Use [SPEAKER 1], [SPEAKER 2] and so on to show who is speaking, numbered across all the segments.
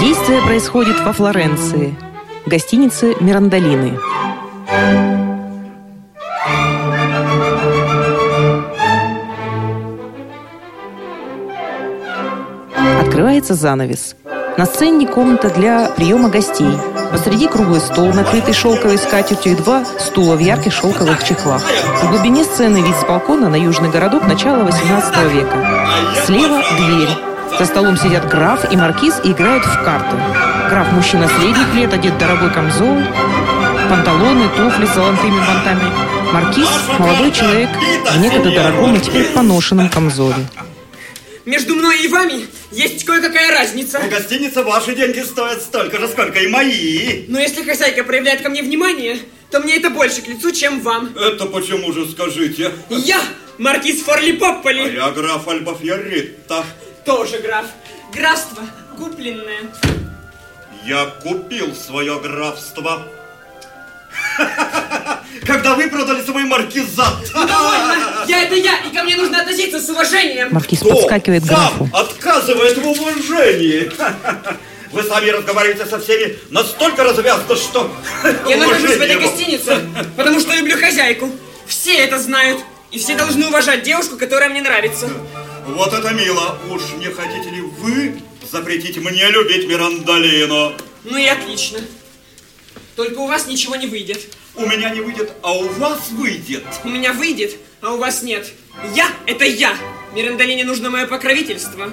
[SPEAKER 1] Действие происходит во Флоренции, гостинице «Мирандолины». Открывается занавес. На сцене комната для приема гостей. Посреди круглый стол, накрытый шелковой скатертью, и два стула в ярких шелковых чехлах. В глубине сцены вид с балкона на южный городок начала 18 века. Слева дверь. За столом сидят граф и маркиз и играют в карты. Граф мужчина средних лет, одет в дорогой камзол, панталоны, туфли с золотыми бантами. Маркиз – молодой человек в некогда дорогом и теперь поношенном камзоле.
[SPEAKER 2] Между мной и вами есть кое-какая разница.
[SPEAKER 3] В гостинице ваши деньги стоят столько же, сколько и мои.
[SPEAKER 2] Но если хозяйка проявляет ко мне внимание, то мне это больше к лицу, чем вам.
[SPEAKER 3] Это почему же скажите?
[SPEAKER 2] Я маркиз Форли Попполи.
[SPEAKER 3] А я граф Альба Фьоррита.
[SPEAKER 2] Тоже граф. Графство купленное.
[SPEAKER 3] Я купил свое графство. Когда вы продали свой маркизат.
[SPEAKER 2] Довольно. Я это я, и ко мне нужно относиться с уважением.
[SPEAKER 1] Маркиз
[SPEAKER 3] Кто
[SPEAKER 1] подскакивает к графу.
[SPEAKER 3] вам отказывает в уважении? Вы сами разговариваете со всеми настолько развязно, что...
[SPEAKER 2] Я нахожусь в этой
[SPEAKER 3] уважение вам-
[SPEAKER 2] гостинице, потому что люблю хозяйку. Все это знают. И все должны уважать девушку, которая мне нравится.
[SPEAKER 3] Вот это мило. Уж не хотите ли вы запретить мне любить Мирандолину?
[SPEAKER 2] Ну и отлично. Только у вас ничего не выйдет.
[SPEAKER 3] У меня не выйдет, а у вас выйдет.
[SPEAKER 2] У меня выйдет, а у вас нет. Я — это я. Мирандолине нужно мое покровительство.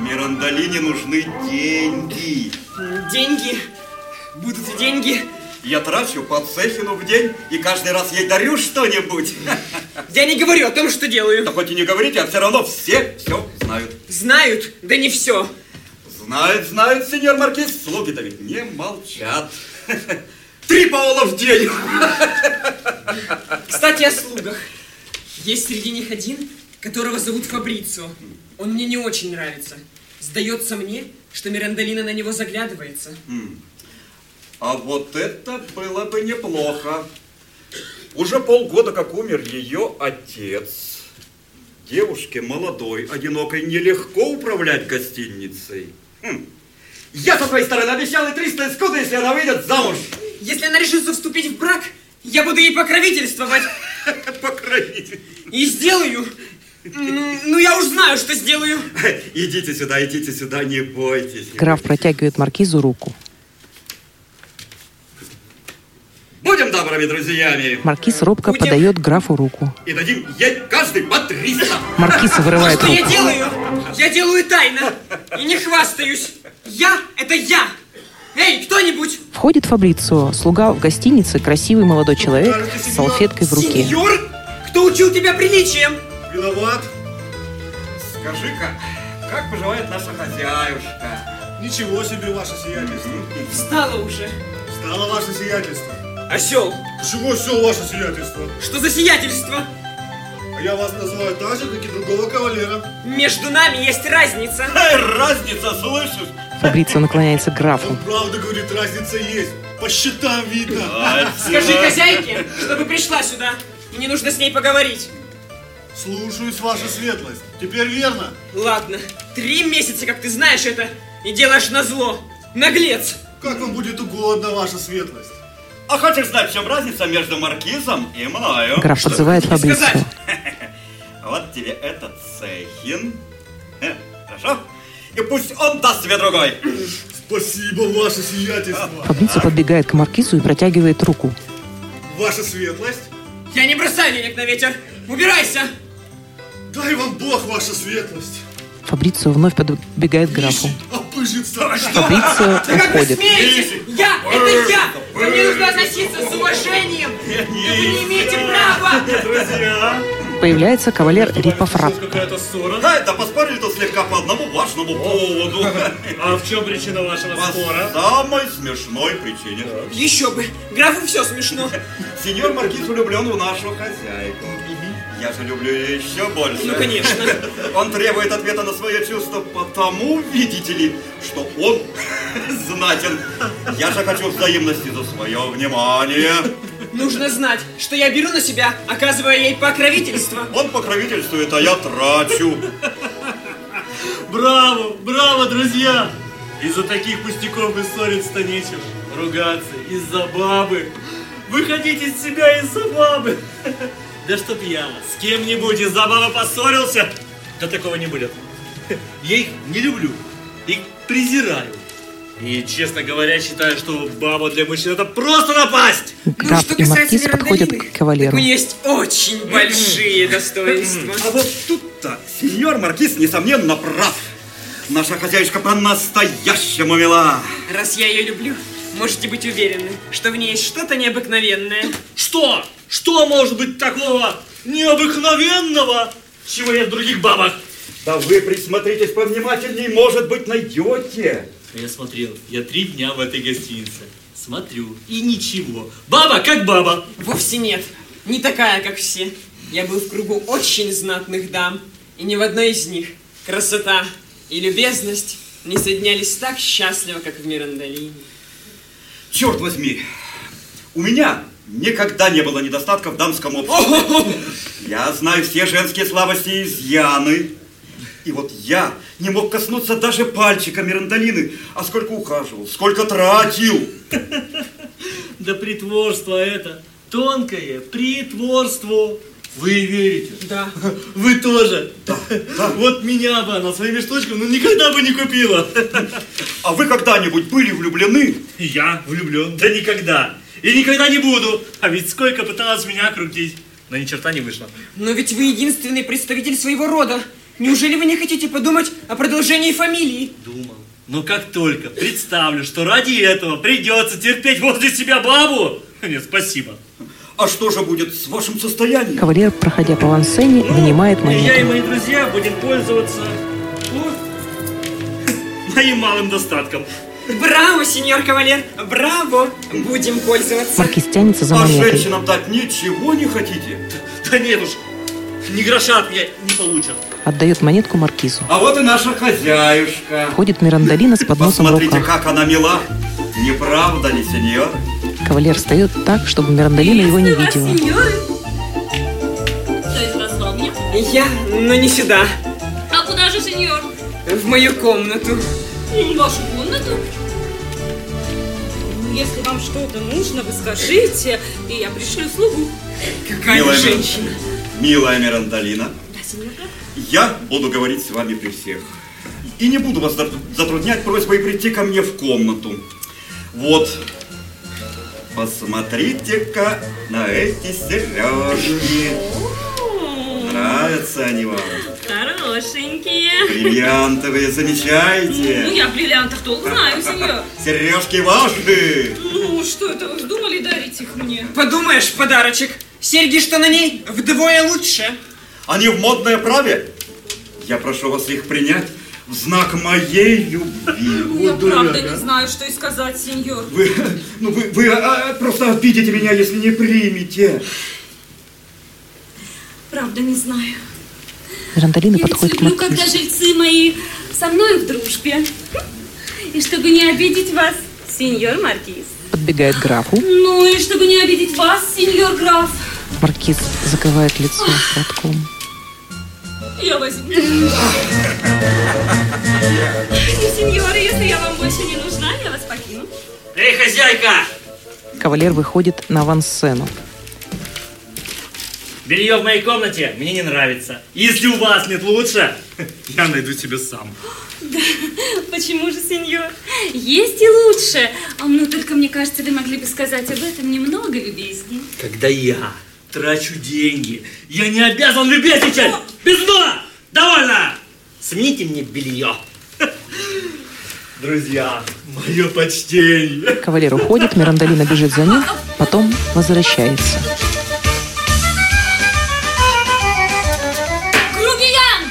[SPEAKER 3] Мирандолине нужны деньги.
[SPEAKER 2] Деньги. Будут и деньги.
[SPEAKER 3] Я трачу по цехину в день и каждый раз ей дарю что-нибудь.
[SPEAKER 2] Я не говорю о том, что
[SPEAKER 3] Да
[SPEAKER 2] делаю.
[SPEAKER 3] хоть и не говорите, а все равно все все знают.
[SPEAKER 2] Знают, да не все.
[SPEAKER 3] Знают, знают, сеньор Маркиз, слуги-то ведь не молчат. Три паула в день.
[SPEAKER 2] Кстати, о слугах. Есть среди них один, которого зовут Фабрицио. Он мне не очень нравится. Сдается мне, что Мирандолина на него заглядывается.
[SPEAKER 3] А вот это было бы неплохо. Уже полгода как умер ее отец. Девушке молодой, одинокой, нелегко управлять гостиницей. Хм. Я со своей стороны обещал и 300 эскуда, если она выйдет замуж.
[SPEAKER 2] Если она решится вступить в брак, я буду ей покровительствовать.
[SPEAKER 3] Покровитель.
[SPEAKER 2] И сделаю. М, Ну, я уж знаю, что сделаю.
[SPEAKER 3] Идите сюда, идите сюда, не бойтесь.
[SPEAKER 1] Граф протягивает маркизу руку.
[SPEAKER 3] Будем добрыми друзьями.
[SPEAKER 1] Маркиз робко
[SPEAKER 2] Будем-
[SPEAKER 1] подает графу руку.
[SPEAKER 3] И дадим ей каждый по 300.
[SPEAKER 1] Маркиз вырывает
[SPEAKER 2] Что я
[SPEAKER 1] руку.
[SPEAKER 2] делаю? Я делаю тайно. И не хвастаюсь. Я — это я. Эй, кто-нибудь!
[SPEAKER 1] Входит Фабрицио, слуга в гостинице, красивый молодой человек с салфеткой в руке.
[SPEAKER 2] Сеньор, кто учил тебя приличием?
[SPEAKER 3] Виноват. Скажи-ка, как поживает наша хозяюшка?
[SPEAKER 4] Ничего себе, ваше сиятельство.
[SPEAKER 2] Встала уже.
[SPEAKER 4] Стало ваше сиятельство.
[SPEAKER 2] Осел,
[SPEAKER 4] Чего все ваше сиятельство?
[SPEAKER 2] что за сиятельство?
[SPEAKER 4] А я вас называю так же, как и другого кавалера.
[SPEAKER 2] Между нами есть разница.
[SPEAKER 3] Какая разница, слышишь?
[SPEAKER 1] Фабрицио наклоняется к графу.
[SPEAKER 4] Он правда говорит, разница есть. По счетам видно.
[SPEAKER 2] Скажи хозяйке, чтобы пришла сюда. Мне нужно с ней поговорить.
[SPEAKER 4] Слушаюсь, ваша светлость. Теперь верно.
[SPEAKER 2] Ладно, три месяца, как ты знаешь это, и делаешь назло. Наглец!
[SPEAKER 4] Как вам будет угодно, ваша светлость.
[SPEAKER 3] А хочешь знать, в чем разница между маркизом и мною?
[SPEAKER 1] Граф
[SPEAKER 3] Что?
[SPEAKER 1] подзывает Фабрицио.
[SPEAKER 2] сказать?
[SPEAKER 3] Вот тебе этот цехин. Э, Хорошо? И пусть он даст тебе другой.
[SPEAKER 4] Спасибо, ваше сиятельство.
[SPEAKER 1] Фабрицио подбегает к маркизу и протягивает руку.
[SPEAKER 4] Ваша светлость.
[SPEAKER 2] Я не бросаю денег на ветер! Убирайся!
[SPEAKER 4] Дай вам Бог, ваша светлость.
[SPEAKER 1] Фабрицио вновь подбегает к графу.
[SPEAKER 4] Опыжится.
[SPEAKER 1] Фабрицио
[SPEAKER 2] Да как вы
[SPEAKER 1] уходит.
[SPEAKER 2] смеете? Я, это я! Ко мне нужно относиться с уважением! Да вы не имеете права!
[SPEAKER 3] Друзья.
[SPEAKER 1] Появляется кавалер Рипофрат.
[SPEAKER 5] Какая-то ссора.
[SPEAKER 3] Да, это поспорили тут слегка по одному важному поводу.
[SPEAKER 5] А в чем причина вашего
[SPEAKER 3] По
[SPEAKER 5] спора?
[SPEAKER 3] самой смешной причине.
[SPEAKER 2] Еще бы! Графу все смешно!
[SPEAKER 3] Сеньор Маркиз влюблен в нашу хозяйку. Я же люблю ее еще больше.
[SPEAKER 2] Ну, конечно.
[SPEAKER 3] Он требует ответа на свое чувство потому, видите ли, что он знатен. Я же хочу взаимности за свое внимание.
[SPEAKER 2] Нужно знать, что я беру на себя, оказывая ей покровительство.
[SPEAKER 3] Он покровительствует, а я трачу.
[SPEAKER 6] Браво, браво, друзья! Из-за таких пустяков и ссориться-то нечем. Ругаться из-за бабы. Выходите из себя из-за бабы. Да чтоб я с кем-нибудь из-за бабы поссорился. Да такого не будет. Я их не люблю. Их презираю. И, честно говоря, считаю, что баба для мужчин это просто напасть.
[SPEAKER 2] ну,
[SPEAKER 1] Граф
[SPEAKER 2] что
[SPEAKER 1] и
[SPEAKER 2] касается
[SPEAKER 1] маркиз подходят
[SPEAKER 2] Мирандолины,
[SPEAKER 1] к кавалеру.
[SPEAKER 2] так У нее есть очень большие достоинства.
[SPEAKER 3] А вот тут-то сеньор Маркиз, несомненно, прав. Наша хозяюшка по-настоящему мила.
[SPEAKER 2] Раз я ее люблю, можете быть уверены, что в ней есть что-то необыкновенное.
[SPEAKER 6] Что? Что может быть такого необыкновенного, чего нет в других бабах?
[SPEAKER 3] Да вы присмотритесь повнимательней, может быть, найдете.
[SPEAKER 6] Я смотрел, я три дня в этой гостинице. Смотрю, и ничего. Баба как баба.
[SPEAKER 2] Вовсе нет, не такая, как все. Я был в кругу очень знатных дам, и ни в одной из них красота и любезность не соединялись так счастливо, как в Мирандолине.
[SPEAKER 3] Черт возьми, у меня никогда не было недостатка в дамском обществе. Я знаю все женские слабости и изъяны. И вот я не мог коснуться даже пальчика Мирандолины, а сколько ухаживал, сколько тратил.
[SPEAKER 6] Да притворство это. Тонкое притворство. Вы верите?
[SPEAKER 2] Да.
[SPEAKER 6] Вы тоже. Вот меня бы она своими штучками ну, никогда бы не купила.
[SPEAKER 3] А вы когда-нибудь были влюблены?
[SPEAKER 6] Я влюблен. Да никогда. И никогда не буду. А ведь сколько пыталась меня крутить. Но ни черта не вышло.
[SPEAKER 2] Но ведь вы единственный представитель своего рода. Неужели вы не хотите подумать о продолжении фамилии?
[SPEAKER 6] Думал. Но как только представлю, что ради этого придется терпеть возле себя бабу. Нет, спасибо.
[SPEAKER 3] А что же будет с вашим состоянием?
[SPEAKER 1] Кавалер, проходя по вансене, вынимает
[SPEAKER 6] и Ну, я и
[SPEAKER 1] монету.
[SPEAKER 6] мои друзья будем пользоваться вот, моим малым достатком.
[SPEAKER 2] Браво, сеньор кавалер! Браво! Будем пользоваться.
[SPEAKER 1] Маркиз тянется за
[SPEAKER 3] А
[SPEAKER 1] монетой.
[SPEAKER 3] женщинам дать ничего не хотите?
[SPEAKER 6] Да нет уж, ни гроша от меня не получат.
[SPEAKER 1] Отдает монетку маркизу.
[SPEAKER 3] А вот и наша хозяюшка.
[SPEAKER 1] Входит Мирандолина с подносом в
[SPEAKER 3] Посмотрите,
[SPEAKER 1] руках.
[SPEAKER 3] как она мила. Не правда ли, сеньор?
[SPEAKER 1] Кавалер встает так, чтобы Мирандолина его не видела.
[SPEAKER 7] Сеньоры. Кто из вас звал меня?
[SPEAKER 2] Я, но не сюда.
[SPEAKER 7] А куда же сеньор?
[SPEAKER 2] В мою комнату.
[SPEAKER 7] В вашу комнату? Если вам что-то нужно, вы скажите, и я пришлю слугу.
[SPEAKER 2] Какая
[SPEAKER 3] Милая Миранда.
[SPEAKER 2] женщина.
[SPEAKER 3] Милая Мирандолина,
[SPEAKER 7] Да, сеньор граф.
[SPEAKER 3] я буду говорить с вами при всех. И не буду вас зат- затруднять просьбой прийти ко мне в комнату. Вот, посмотрите-ка на эти сережки. Нравятся они вам.
[SPEAKER 7] Хорошенькие.
[SPEAKER 3] Бриллиантовые,
[SPEAKER 7] Ну,
[SPEAKER 3] замечаете?
[SPEAKER 7] я в бриллиантах толк знаю, сеньор.
[SPEAKER 3] Сережки ваши!
[SPEAKER 7] Ну, что это вы вздумали дарить их мне?
[SPEAKER 2] Подумаешь, подарочек. Серьги, что на ней, вдвое лучше.
[SPEAKER 3] Они в модной оправе. Я прошу вас их принять в знак моей любви.
[SPEAKER 7] Ну, Я правда не знаю, что и сказать, сеньор.
[SPEAKER 3] Вы, ну вы, вы а, просто обидите меня, если не примете.
[SPEAKER 7] Правда не знаю.
[SPEAKER 1] Мирандолина
[SPEAKER 7] Я ведь
[SPEAKER 1] подходит к
[SPEAKER 7] люблю, ну, когда
[SPEAKER 1] маркизу.
[SPEAKER 7] жильцы мои со мной в дружбе. И чтобы не обидеть вас, сеньор Маркиз.
[SPEAKER 1] Подбегает к графу.
[SPEAKER 7] Ну и чтобы не обидеть вас, сеньор граф,
[SPEAKER 1] Маркиз закрывает лицо платком.
[SPEAKER 7] я возьму. И, сеньоры, если я вам больше не нужна, я вас покину.
[SPEAKER 6] Эй, хозяйка!
[SPEAKER 1] Кавалер выходит на авансцену.
[SPEAKER 6] Белье в моей комнате мне не нравится. Если у вас нет лучше, я найду себе сам.
[SPEAKER 7] Почему же, сеньор? Есть и лучше. А, Ну, только мне кажется, вы могли бы сказать об этом немного любезнее.
[SPEAKER 6] Когда я трачу деньги, я не обязан любезничать! Без дна! Довольно! Смените мне белье. Друзья, мое почтение.
[SPEAKER 1] Кавалер уходит, Мирандолина бежит за ним, потом возвращается.
[SPEAKER 7] Грубиян!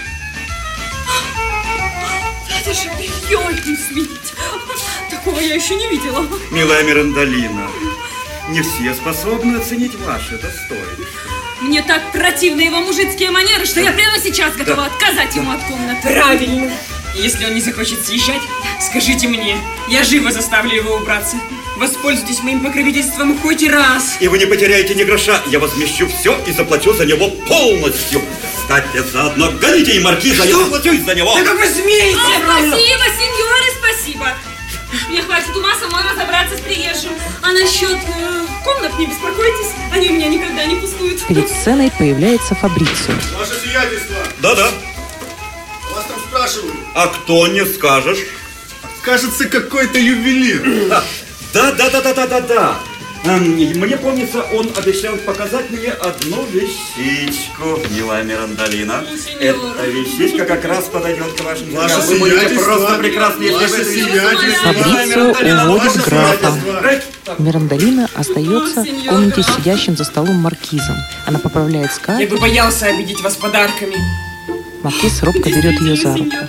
[SPEAKER 7] Это же белье не сменить. Такого я еще не видела.
[SPEAKER 3] Милая Мирандолина, не все способны оценить ваши достоинства.
[SPEAKER 7] Мне так противны его мужицкие манеры, что я прямо сейчас готова отказать ему от комнаты.
[SPEAKER 2] Правильно. И если он не захочет съезжать, скажите мне. Я живо заставлю его убраться. Воспользуйтесь моим покровительством хоть раз.
[SPEAKER 3] И вы не потеряете ни гроша. Я возмещу все и заплачу за него полностью. Кстати, заодно гоните и маркиза, я заплачусь за него.
[SPEAKER 2] Да как вы смеете?
[SPEAKER 7] Спасибо, сеньоры, спасибо. Мне хватит ума самой разобраться с приезжим. А насчет э, комнат не беспокойтесь, они у меня никогда не пустуют.
[SPEAKER 1] Перед сценой появляется Фабрицио.
[SPEAKER 4] Ваше сиятельство,
[SPEAKER 3] Да-да.
[SPEAKER 4] вас там спрашивают.
[SPEAKER 3] А кто не скажешь?
[SPEAKER 4] Кажется, какой-то ювелир.
[SPEAKER 3] Да, да, да, да, да, да, да. Эм, Мне помнится, он обещал показать мне одну вещичку, милая Мирандалина.
[SPEAKER 7] Ну, сеньор.
[SPEAKER 3] Эта вещичка как раз подойдет к вашим
[SPEAKER 4] Ваше
[SPEAKER 3] Вы будете
[SPEAKER 4] сиятельство.
[SPEAKER 3] просто прекрасны, если
[SPEAKER 4] Ваше
[SPEAKER 3] вы это видите.
[SPEAKER 4] сиятельство.
[SPEAKER 3] Милая
[SPEAKER 1] Фабрицио
[SPEAKER 3] Мирандалина,
[SPEAKER 1] уводит
[SPEAKER 3] ваше
[SPEAKER 1] графа.
[SPEAKER 3] сиятельство. Эй,
[SPEAKER 1] Мирандалина остается в комнате с
[SPEAKER 7] Сеньора.
[SPEAKER 1] сидящим за столом маркизом. Она поправляет
[SPEAKER 2] Я
[SPEAKER 1] скальп,
[SPEAKER 2] бы боялся обидеть вас подарками.
[SPEAKER 1] маркиз робко берет ее за руку.
[SPEAKER 7] Сеньор,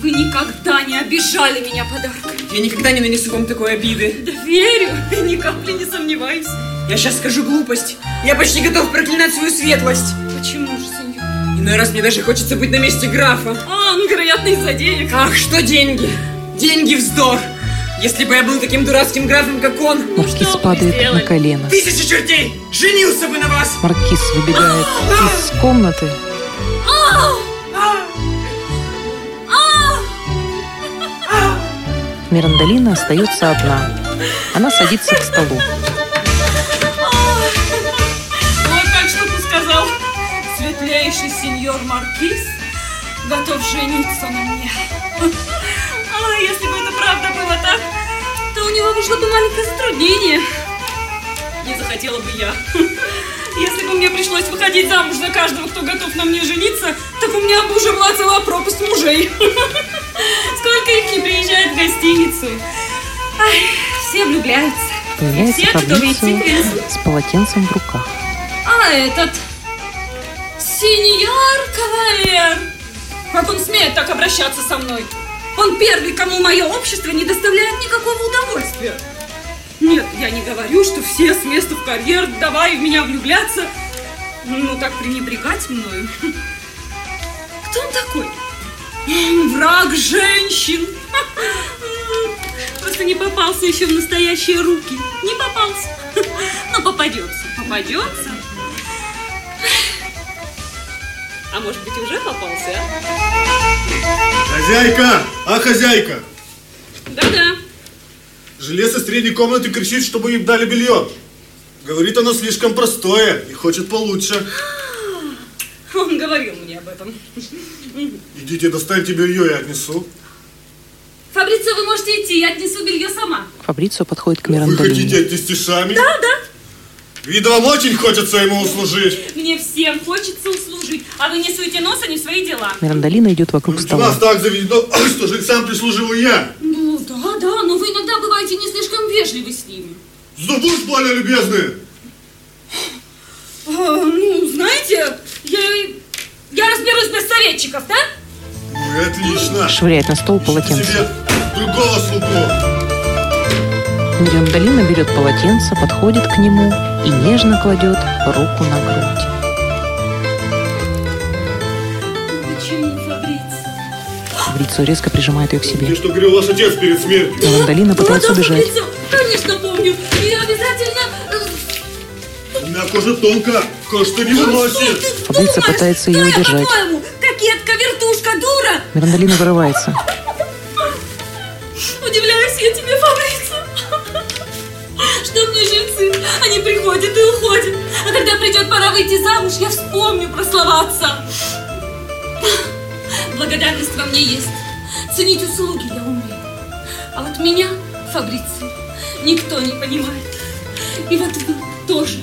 [SPEAKER 7] Вы никогда не обижали меня подарками.
[SPEAKER 2] Я никогда не нанесу вам такой обиды.
[SPEAKER 7] Да верю, ни капли не сомневаюсь.
[SPEAKER 2] Я сейчас скажу глупость. Я почти готов проклинать свою светлость.
[SPEAKER 7] Почему же, сеньор?
[SPEAKER 2] Иной раз мне даже хочется быть на месте графа.
[SPEAKER 7] А, ну, вероятно, из-за денег.
[SPEAKER 2] Ах, что деньги? Деньги вздор. Если бы я был таким дурацким графом, как он,
[SPEAKER 1] Маркиз
[SPEAKER 7] что вы
[SPEAKER 1] падает на
[SPEAKER 7] сделали?
[SPEAKER 1] колено.
[SPEAKER 2] тысяча чертей, женился бы на вас.
[SPEAKER 1] Маркиз выбегает из комнаты. Мирандалина остается одна. Она садится к столу.
[SPEAKER 7] Вот как что-то сказал светлейший сеньор Маркиз готов жениться на мне. А если бы это правда было так, то у него вышло бы маленькое затруднение. Не захотела бы я. Если бы мне пришлось выходить замуж за каждого, кто готов на мне жениться, так у меня бы уже была целая пропасть мужей. Сколько их не приезжает в гостиницу. Ай, все влюбляются. И
[SPEAKER 1] Появляется
[SPEAKER 7] Все готовы идти
[SPEAKER 1] Фабрицио
[SPEAKER 7] к венцу.
[SPEAKER 1] с полотенцем в руках.
[SPEAKER 7] А этот сеньор кавалер, как он смеет так обращаться со мной? Он первый, кому мое общество не доставляет никакого удовольствия. Нет, я не говорю, что все с места в карьер, давай в меня влюбляться. Ну, так пренебрегать мною. Кто он такой? М, Враг женщин. Просто не попался еще в настоящие руки. Не попался. Но попадется. Попадется. А может быть, уже попался, а?
[SPEAKER 4] Хозяйка! А хозяйка!
[SPEAKER 7] Да-да.
[SPEAKER 4] Железо из средней комнаты кричит, чтобы им дали белье. Говорит, оно слишком простое и хочет получше.
[SPEAKER 7] Он говорил мне об этом.
[SPEAKER 4] Идите, достаньте белье, я отнесу.
[SPEAKER 7] Фабрицио, вы можете идти, я отнесу белье сама.
[SPEAKER 1] Фабрицио подходит к
[SPEAKER 4] Вы хотите
[SPEAKER 1] Мирандалине.
[SPEAKER 4] отнести сами? Да, да. Видно, вам очень хочется ему услужить.
[SPEAKER 7] Мне всем хочется услужить, а вы не суете носа не в свои дела.
[SPEAKER 1] Мирандалина идет вокруг
[SPEAKER 4] У
[SPEAKER 1] стола.
[SPEAKER 4] нас так заведено, что жильцам прислуживаю я.
[SPEAKER 7] Ну, да, да, но вы иногда бываете не слишком вежливы с ними.
[SPEAKER 4] Сдобусь, более любезные.
[SPEAKER 7] ну, знаете, я... Я разберусь без советчиков, да?
[SPEAKER 4] Ну и отлично.
[SPEAKER 1] Швыряет на стол
[SPEAKER 4] Ищите
[SPEAKER 1] полотенце.
[SPEAKER 4] себе другого слугу.
[SPEAKER 1] Мирандалина берет полотенце, подходит к нему и нежно кладет руку на грудь.
[SPEAKER 7] Почему, Фабрицио?
[SPEAKER 1] Фабрицио резко прижимает ее к
[SPEAKER 4] Ты
[SPEAKER 1] себе.
[SPEAKER 4] что говорил ваш отец перед смертью?
[SPEAKER 1] Мирандалина пытается
[SPEAKER 7] Ну да,
[SPEAKER 1] убежать.
[SPEAKER 7] Фабрицио, конечно помню. И обязательно... э,
[SPEAKER 4] У меня кожа тонкая, кое-что не
[SPEAKER 7] ну, что
[SPEAKER 4] выносит.
[SPEAKER 7] ты
[SPEAKER 1] Фабрицио
[SPEAKER 7] думаешь?
[SPEAKER 1] пытается ее
[SPEAKER 7] Кто я,
[SPEAKER 1] удержать.
[SPEAKER 7] по-твоему? Кокетка, вертушка, дура!
[SPEAKER 1] Мирандалина вырывается.
[SPEAKER 7] Удивляюсь я тебе, Фабрицио. Что мне жильцы? Они приходят и уходят. А когда придет пора выйти замуж, я вспомню про слова отца. Благодарность во мне есть. Ценить услуги я умею. А вот меня, Фабрицио, никто не понимает. И вот вы тоже.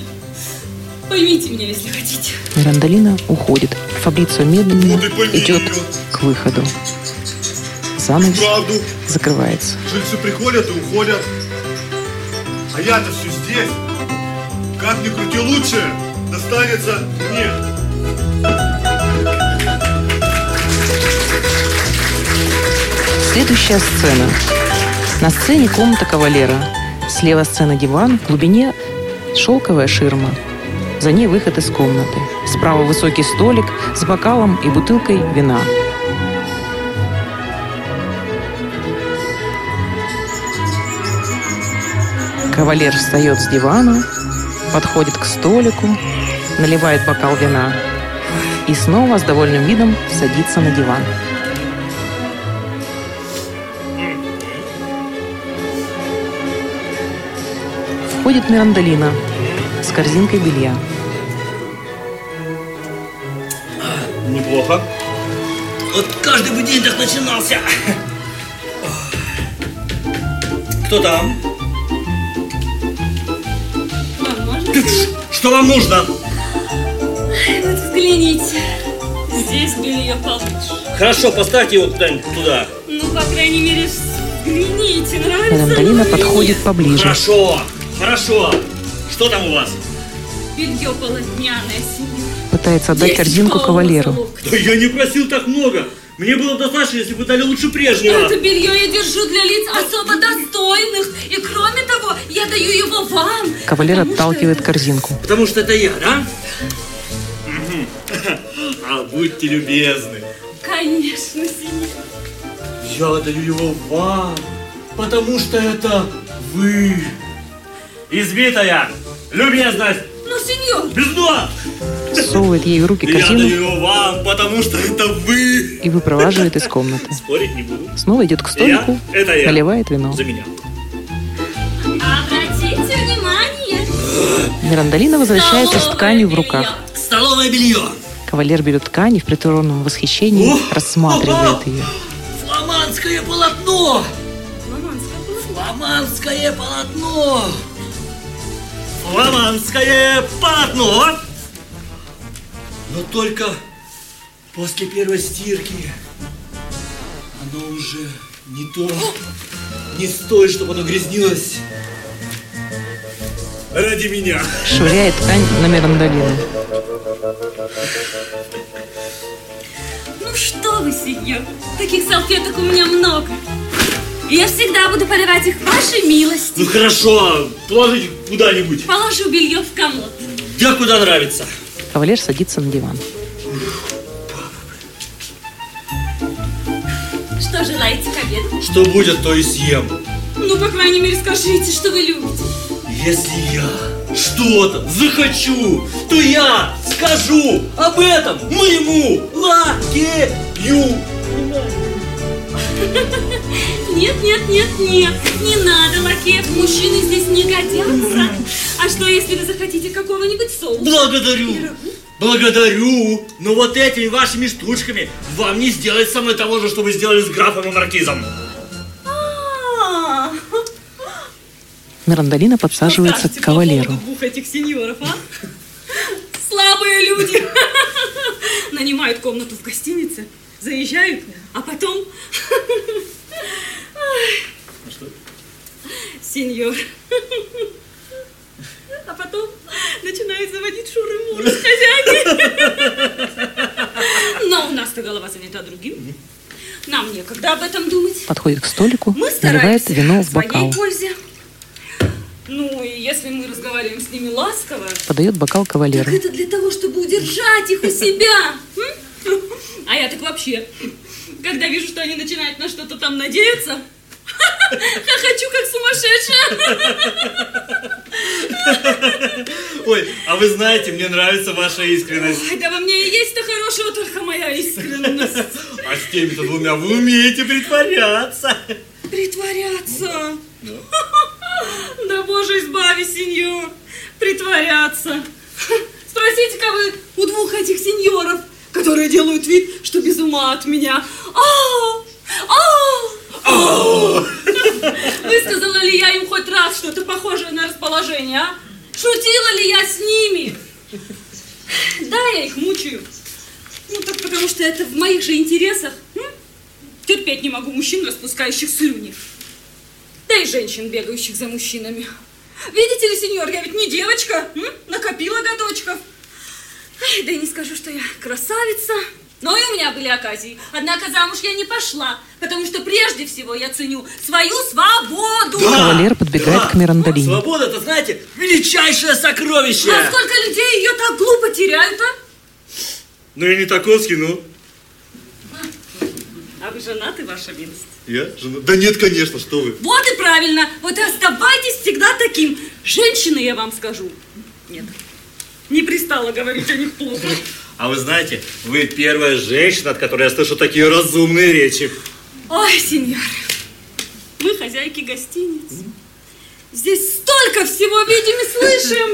[SPEAKER 7] Поймите меня, если хотите.
[SPEAKER 1] Мирандалина уходит. Фабрицио медленно
[SPEAKER 4] Ну ты пойми
[SPEAKER 1] идет
[SPEAKER 4] её.
[SPEAKER 1] к выходу. Занавес
[SPEAKER 4] Правду.
[SPEAKER 1] закрывается.
[SPEAKER 4] Жильцы приходят и уходят. А я-то все здесь. Как ни крути лучше, достанется мне.
[SPEAKER 1] Следующая сцена. На сцене комната кавалера. Слева сцена диван, в глубине шелковая ширма. За ней выход из комнаты. Справа высокий столик с бокалом и бутылкой вина. Кавалер встает с дивана, подходит к столику, наливает бокал вина и снова с довольным видом садится на диван. Входит Мирандолина с корзинкой белья.
[SPEAKER 3] Неплохо.
[SPEAKER 6] Вот каждый бы день так начинался. Кто там?
[SPEAKER 7] Мам, можно?
[SPEAKER 6] Что вам нужно?
[SPEAKER 7] Вот взгляните. Здесь белье получше.
[SPEAKER 6] Хорошо, поставьте его куда-нибудь туда.
[SPEAKER 7] Ну, по крайней мере, взгляните, нравится.
[SPEAKER 1] Мирандолина
[SPEAKER 7] мне.
[SPEAKER 1] подходит поближе.
[SPEAKER 6] Хорошо, хорошо. Что там у вас?
[SPEAKER 7] Белье полотняное, синее.
[SPEAKER 1] Пытается отдать
[SPEAKER 7] Есть Ну,
[SPEAKER 1] корзинку
[SPEAKER 7] полосы,
[SPEAKER 1] кавалеру.
[SPEAKER 7] локти.
[SPEAKER 6] Да я не просил так много. Мне было достаточно, если бы дали лучше прежнего.
[SPEAKER 7] Это белье я держу для лиц особо достойных. И кроме того, я даю его вам.
[SPEAKER 1] Кавалер
[SPEAKER 7] потому что
[SPEAKER 1] отталкивает
[SPEAKER 7] это-
[SPEAKER 1] корзинку.
[SPEAKER 6] Потому что это я, да?
[SPEAKER 5] А будьте любезны.
[SPEAKER 7] Конечно, синее.
[SPEAKER 5] Я даю его вам, потому что это вы. Избитая, любезность,
[SPEAKER 7] Ну, сеньор,
[SPEAKER 5] бездно.
[SPEAKER 1] Совывает ей в руки
[SPEAKER 5] Я даю
[SPEAKER 1] корзину
[SPEAKER 5] его вам, потому что это вы.
[SPEAKER 1] и выпроваживает из комнаты.
[SPEAKER 6] Спорить не буду.
[SPEAKER 1] Снова идет к столику,
[SPEAKER 6] Я? Это я.
[SPEAKER 1] наливает вино.
[SPEAKER 6] За меня.
[SPEAKER 7] обратите внимание.
[SPEAKER 1] Мирандолина возвращается с
[SPEAKER 7] столовое
[SPEAKER 1] тканью в
[SPEAKER 7] бельё.
[SPEAKER 1] руках.
[SPEAKER 6] Столовое белье.
[SPEAKER 1] Кавалер берет ткань и в притворном восхищении рассматривает ее.
[SPEAKER 6] Фламандское полотно.
[SPEAKER 7] Маманская была.
[SPEAKER 6] Фламандское полотно.
[SPEAKER 5] Фламандское полотно.
[SPEAKER 6] Но только после первой стирки оно уже не то, не стоит, чтобы оно грязнилось.
[SPEAKER 5] Ради меня.
[SPEAKER 1] Швыряет ткань на Мирандолину.
[SPEAKER 7] Ну что вы, сеньор, таких салфеток у меня много. И я всегда буду поливать их вашей милости.
[SPEAKER 6] Ну хорошо, положите куда-нибудь.
[SPEAKER 7] Положу белье в комод.
[SPEAKER 6] Да куда нравится.
[SPEAKER 1] Кавалер садится на диван.
[SPEAKER 7] Что желаете к обеду?
[SPEAKER 6] Что будет, то и съем.
[SPEAKER 7] Ну, по крайней мере, скажите, что вы любите.
[SPEAKER 6] Если я что-то захочу, то я скажу об этом моему лакею.
[SPEAKER 7] Нет, нет, нет, нет. Не надо, лакеев. Мужчины здесь не годятся. А что, если вы захотите какого-нибудь соуса?
[SPEAKER 6] Благодарю! Благодарю! Но вот этими вашими штучками вам не сделать со мной того же, что вы сделали с графом и маркизом.
[SPEAKER 7] А,
[SPEAKER 1] Мирандолина подсаживается к
[SPEAKER 7] скажете по поводу
[SPEAKER 1] кавалеру.
[SPEAKER 7] двух этих сеньоров, а? Слабые люди. Нанимают комнату в гостинице, заезжают, а потом... Ай. Сеньор. А потом начинают заводить шуры-муры с хозяйкой. Но у нас-то голова занята другим. Нам некогда об этом думать.
[SPEAKER 1] Подходит к столику,
[SPEAKER 7] Мы
[SPEAKER 1] наливает
[SPEAKER 7] стараемся
[SPEAKER 1] вино в
[SPEAKER 7] своей
[SPEAKER 1] бокал.
[SPEAKER 7] пользе. Ну, и если мы разговариваем с ними ласково,
[SPEAKER 1] Подает бокал
[SPEAKER 7] так
[SPEAKER 1] кавалеру.
[SPEAKER 7] это для того, чтобы удержать их у себя. М? А я так вообще, когда вижу, что они начинают на что-то там надеяться, я хочу как сумасшедшая.
[SPEAKER 5] Ой, а вы знаете, мне нравится ваша искренность.
[SPEAKER 7] Ой, да во мне и есть-то хорошего, только моя искренность.
[SPEAKER 5] А с теми-то двумя вы умеете притворяться.
[SPEAKER 7] Притворяться. Да боже, избави, сеньор. Притворяться. Спросите-ка вы у двух этих сеньоров, которые делают вид, что без ума от меня. Ау! Ау! Ау! Высказала ли я им хоть раз что-то похожее на расположение, а? Шутила ли я с ними? Да, я их мучаю. Ну, так потому что это в моих же интересах. М? Терпеть не могу мужчин, распускающих слюни. Да и женщин, бегающих за мужчинами. Видите ли, сеньор, я ведь не девочка. м? Накопила годочков. Ай, да и не скажу, что я красавица. Но и у меня были оказии. Однако замуж я не пошла, потому что прежде всего я ценю свою свободу.
[SPEAKER 1] Кавалер подбегает к Мирандолине.
[SPEAKER 6] Свобода, это знаете, величайшее сокровище!
[SPEAKER 7] А сколько людей ее так глупо теряют, а?
[SPEAKER 5] Ну я не Таковский, ну.
[SPEAKER 7] А вы женаты, ваша милость?
[SPEAKER 4] Я? Жена? Да нет, конечно, что вы.
[SPEAKER 7] Вот и правильно. Вот и оставайтесь всегда таким. Женщины, я вам скажу. Нет. Не пристала говорить о них плохо.
[SPEAKER 6] А вы знаете, вы первая женщина, от которой я слышу такие разумные речи.
[SPEAKER 7] Ой, сеньор, мы хозяйки гостиницы. Здесь столько всего видим и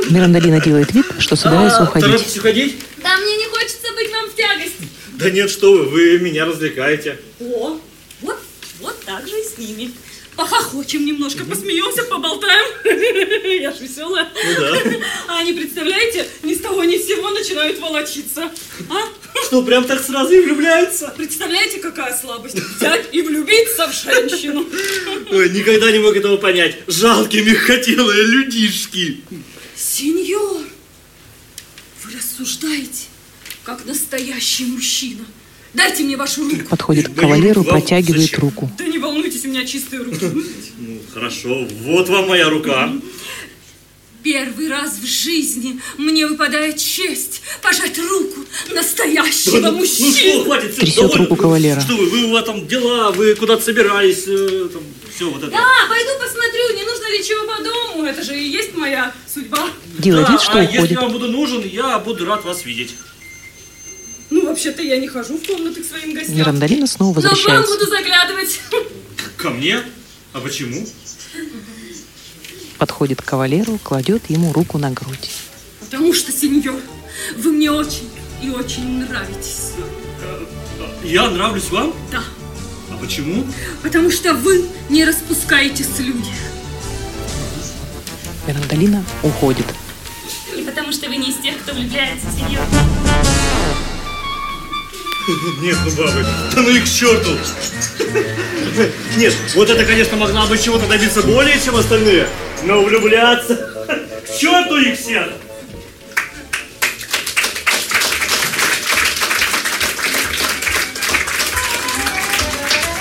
[SPEAKER 7] слышим.
[SPEAKER 1] Мирандалина делает вид, что
[SPEAKER 6] А,
[SPEAKER 1] собирается уходить.
[SPEAKER 6] Торопитесь уходить?
[SPEAKER 7] Да мне не хочется быть вам в тягость.
[SPEAKER 6] Да нет, что вы, вы меня развлекаете.
[SPEAKER 7] О, вот, вот так же и с ними. Похохочем немножко, посмеемся, поболтаем. Я ж веселая.
[SPEAKER 6] Ну да.
[SPEAKER 7] А они, представляете, ни с того ни с сего начинают волочиться. А?
[SPEAKER 6] Что, прям так сразу и влюбляются?
[SPEAKER 7] Представляете, какая слабость? Взять и влюбиться в женщину.
[SPEAKER 6] Ой, никогда не мог этого понять. Жалкие мягкотелые людишки.
[SPEAKER 7] Сеньор, вы рассуждаете, как настоящий мужчина. Дайте мне вашу руку.
[SPEAKER 1] Подходит к кавалеру,
[SPEAKER 6] Вам
[SPEAKER 1] протягивает
[SPEAKER 6] зачем?
[SPEAKER 1] руку.
[SPEAKER 7] Да не волнуйтесь, у меня чистые руки.
[SPEAKER 6] Ну, хорошо, вот вам моя рука.
[SPEAKER 7] Первый раз в жизни мне выпадает честь пожать руку
[SPEAKER 6] Да,
[SPEAKER 7] настоящего
[SPEAKER 6] ну, ну что,
[SPEAKER 7] мужчины.
[SPEAKER 6] хватит. всё,
[SPEAKER 1] Трясет
[SPEAKER 6] довольно.
[SPEAKER 1] руку кавалера.
[SPEAKER 6] Что вы, вы у вас там дела, вы куда-то собирались, э, там, все вот это.
[SPEAKER 7] Да, пойду посмотрю, не нужно ли чего по дому. Это же и есть моя судьба.
[SPEAKER 1] Делает
[SPEAKER 6] Да,
[SPEAKER 1] вид, что
[SPEAKER 6] а если
[SPEAKER 1] уходит.
[SPEAKER 6] я вам буду нужен, я буду рад вас видеть.
[SPEAKER 7] Ну, вообще-то я не хожу в комнаты к своим гостям.
[SPEAKER 1] Мирандалина снова
[SPEAKER 7] Но к вам
[SPEAKER 1] возвращается.
[SPEAKER 7] буду заглядывать.
[SPEAKER 6] Ко мне? А почему?
[SPEAKER 1] Подходит к кавалеру, кладет ему руку на грудь.
[SPEAKER 7] Потому что, сеньор, вы мне очень и очень нравитесь.
[SPEAKER 6] Я нравлюсь вам?
[SPEAKER 7] Да,
[SPEAKER 6] А почему?
[SPEAKER 7] потому что вы не распускаете слюни.
[SPEAKER 1] Мирандалина уходит.
[SPEAKER 7] И потому что вы не из тех, кто влюбляется, сеньор.
[SPEAKER 6] Нет, ну бабы, да ну их к черту! Нет, вот это, конечно, могла бы чего-то добиться более, чем остальные, но влюбляться... К черту их всех!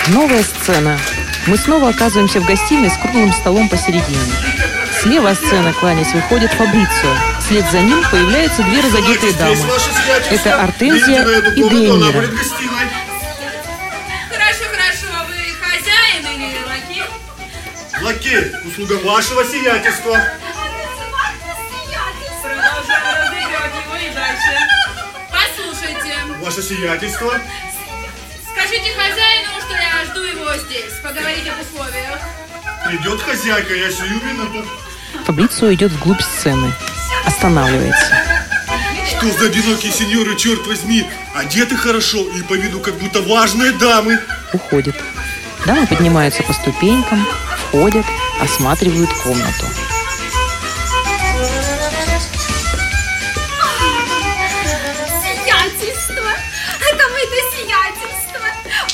[SPEAKER 1] Новая сцена. Мы снова оказываемся в гостиной с круглым столом посередине. Слева от сцены, кланясь, выходит Фабрицио. Вслед за ним появляются две разодетые дамы. Это Артензия и Деймира.
[SPEAKER 7] Хорошо, хорошо, а вы хозяин или лакей?
[SPEAKER 4] Лакей, услуга вашего сиятельства.
[SPEAKER 7] Продолжаем разыгрывать его и дальше.
[SPEAKER 8] Послушайте,
[SPEAKER 4] Ваше сиятельство.
[SPEAKER 8] скажите хозяину, что я жду его здесь. Поговорить об условиях.
[SPEAKER 4] Придет хозяйка, я сию минуту.
[SPEAKER 1] Фабрицио идет вглубь сцены. Останавливается.
[SPEAKER 4] Что за одинокие сеньоры, черт возьми? Одеты хорошо и по виду как будто важные дамы.
[SPEAKER 1] Уходит. Дамы поднимаются по ступенькам, входят, осматривают комнату.
[SPEAKER 8] Сиятельство! Это мы-то сиятельство!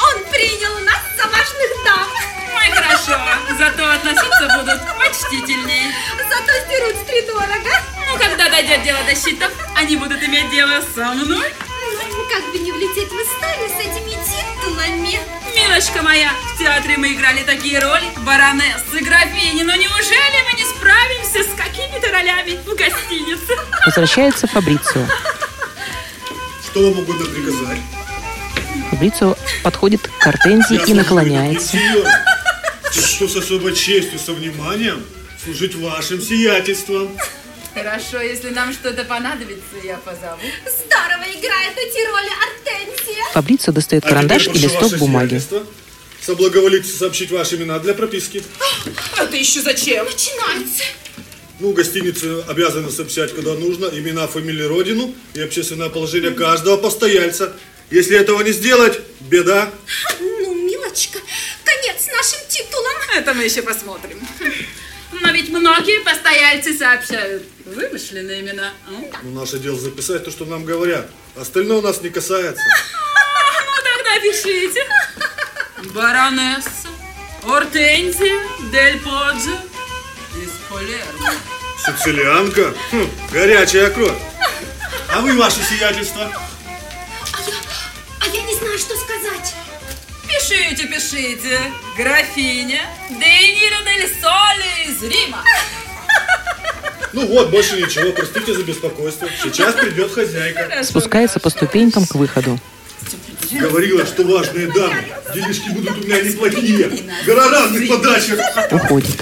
[SPEAKER 8] Он принял нас за важных дам!
[SPEAKER 7] Ой, хорошо, зато относиться будут почтительней.
[SPEAKER 8] Зато стерут втридорого!
[SPEAKER 7] Ну, когда дойдет дело до счетов, они будут иметь дело со мной.
[SPEAKER 8] Ну, Как бы не влететь в историю с этими титулами!
[SPEAKER 7] Милочка моя, в театре мы играли такие роли, баронессы, графини, но неужели мы не справимся с какими-то ролями в гостинице?
[SPEAKER 1] Возвращается Фабрицио.
[SPEAKER 4] Что вам угодно приказать?
[SPEAKER 1] Фабрицио подходит к Артензии
[SPEAKER 4] Я
[SPEAKER 1] и
[SPEAKER 4] служу
[SPEAKER 1] наклоняется.
[SPEAKER 4] великим сеньором. Так Что с особой честью, со вниманием служить вашим сиятельством. А
[SPEAKER 9] Хорошо, если нам что-то понадобится, я позову.
[SPEAKER 8] Здорово играет эти роли Артензия!
[SPEAKER 1] Фабрицио достает
[SPEAKER 4] А теперь
[SPEAKER 1] карандаш и
[SPEAKER 4] прошу
[SPEAKER 1] листок
[SPEAKER 4] ваше
[SPEAKER 1] бумаги.
[SPEAKER 4] сиятельство, Соблаговолите сообщить ваши имена для прописки.
[SPEAKER 7] Это А еще зачем?
[SPEAKER 8] Начинается!
[SPEAKER 4] Ну, гостиница обязана сообщать, когда нужно, имена, фамилии, родину и общественное положение каждого постояльца. Если этого не сделать, беда.
[SPEAKER 8] Ну, милочка, конец нашим титулам!
[SPEAKER 7] Это мы еще посмотрим.
[SPEAKER 9] Но ведь многие постояльцы сообщают вымышленные имена.
[SPEAKER 7] А?
[SPEAKER 9] м?
[SPEAKER 4] Ну, наше дело записать то, что нам говорят. Остальное нас не касается.
[SPEAKER 7] Тогда пишите.
[SPEAKER 9] Баронесса, Ортензия, Дель Поджо, из Палермо.
[SPEAKER 4] Сицилианка? Хм, горячая кровь. А вы, ваше сиятельство?
[SPEAKER 8] А я... а я не знаю, что сказать!
[SPEAKER 9] Пишите, пишите. Графиня Дейнира Дель Соли из Рима.
[SPEAKER 4] Ну вот, больше ничего, простите за беспокойство. Сейчас придет хозяйка.
[SPEAKER 1] Спускается по ступенькам к выходу.
[SPEAKER 10] Все определенно.
[SPEAKER 4] Говорила, что важные дамы. Делишки будут у меня неплохие. Гора разных подачек.
[SPEAKER 1] уходит.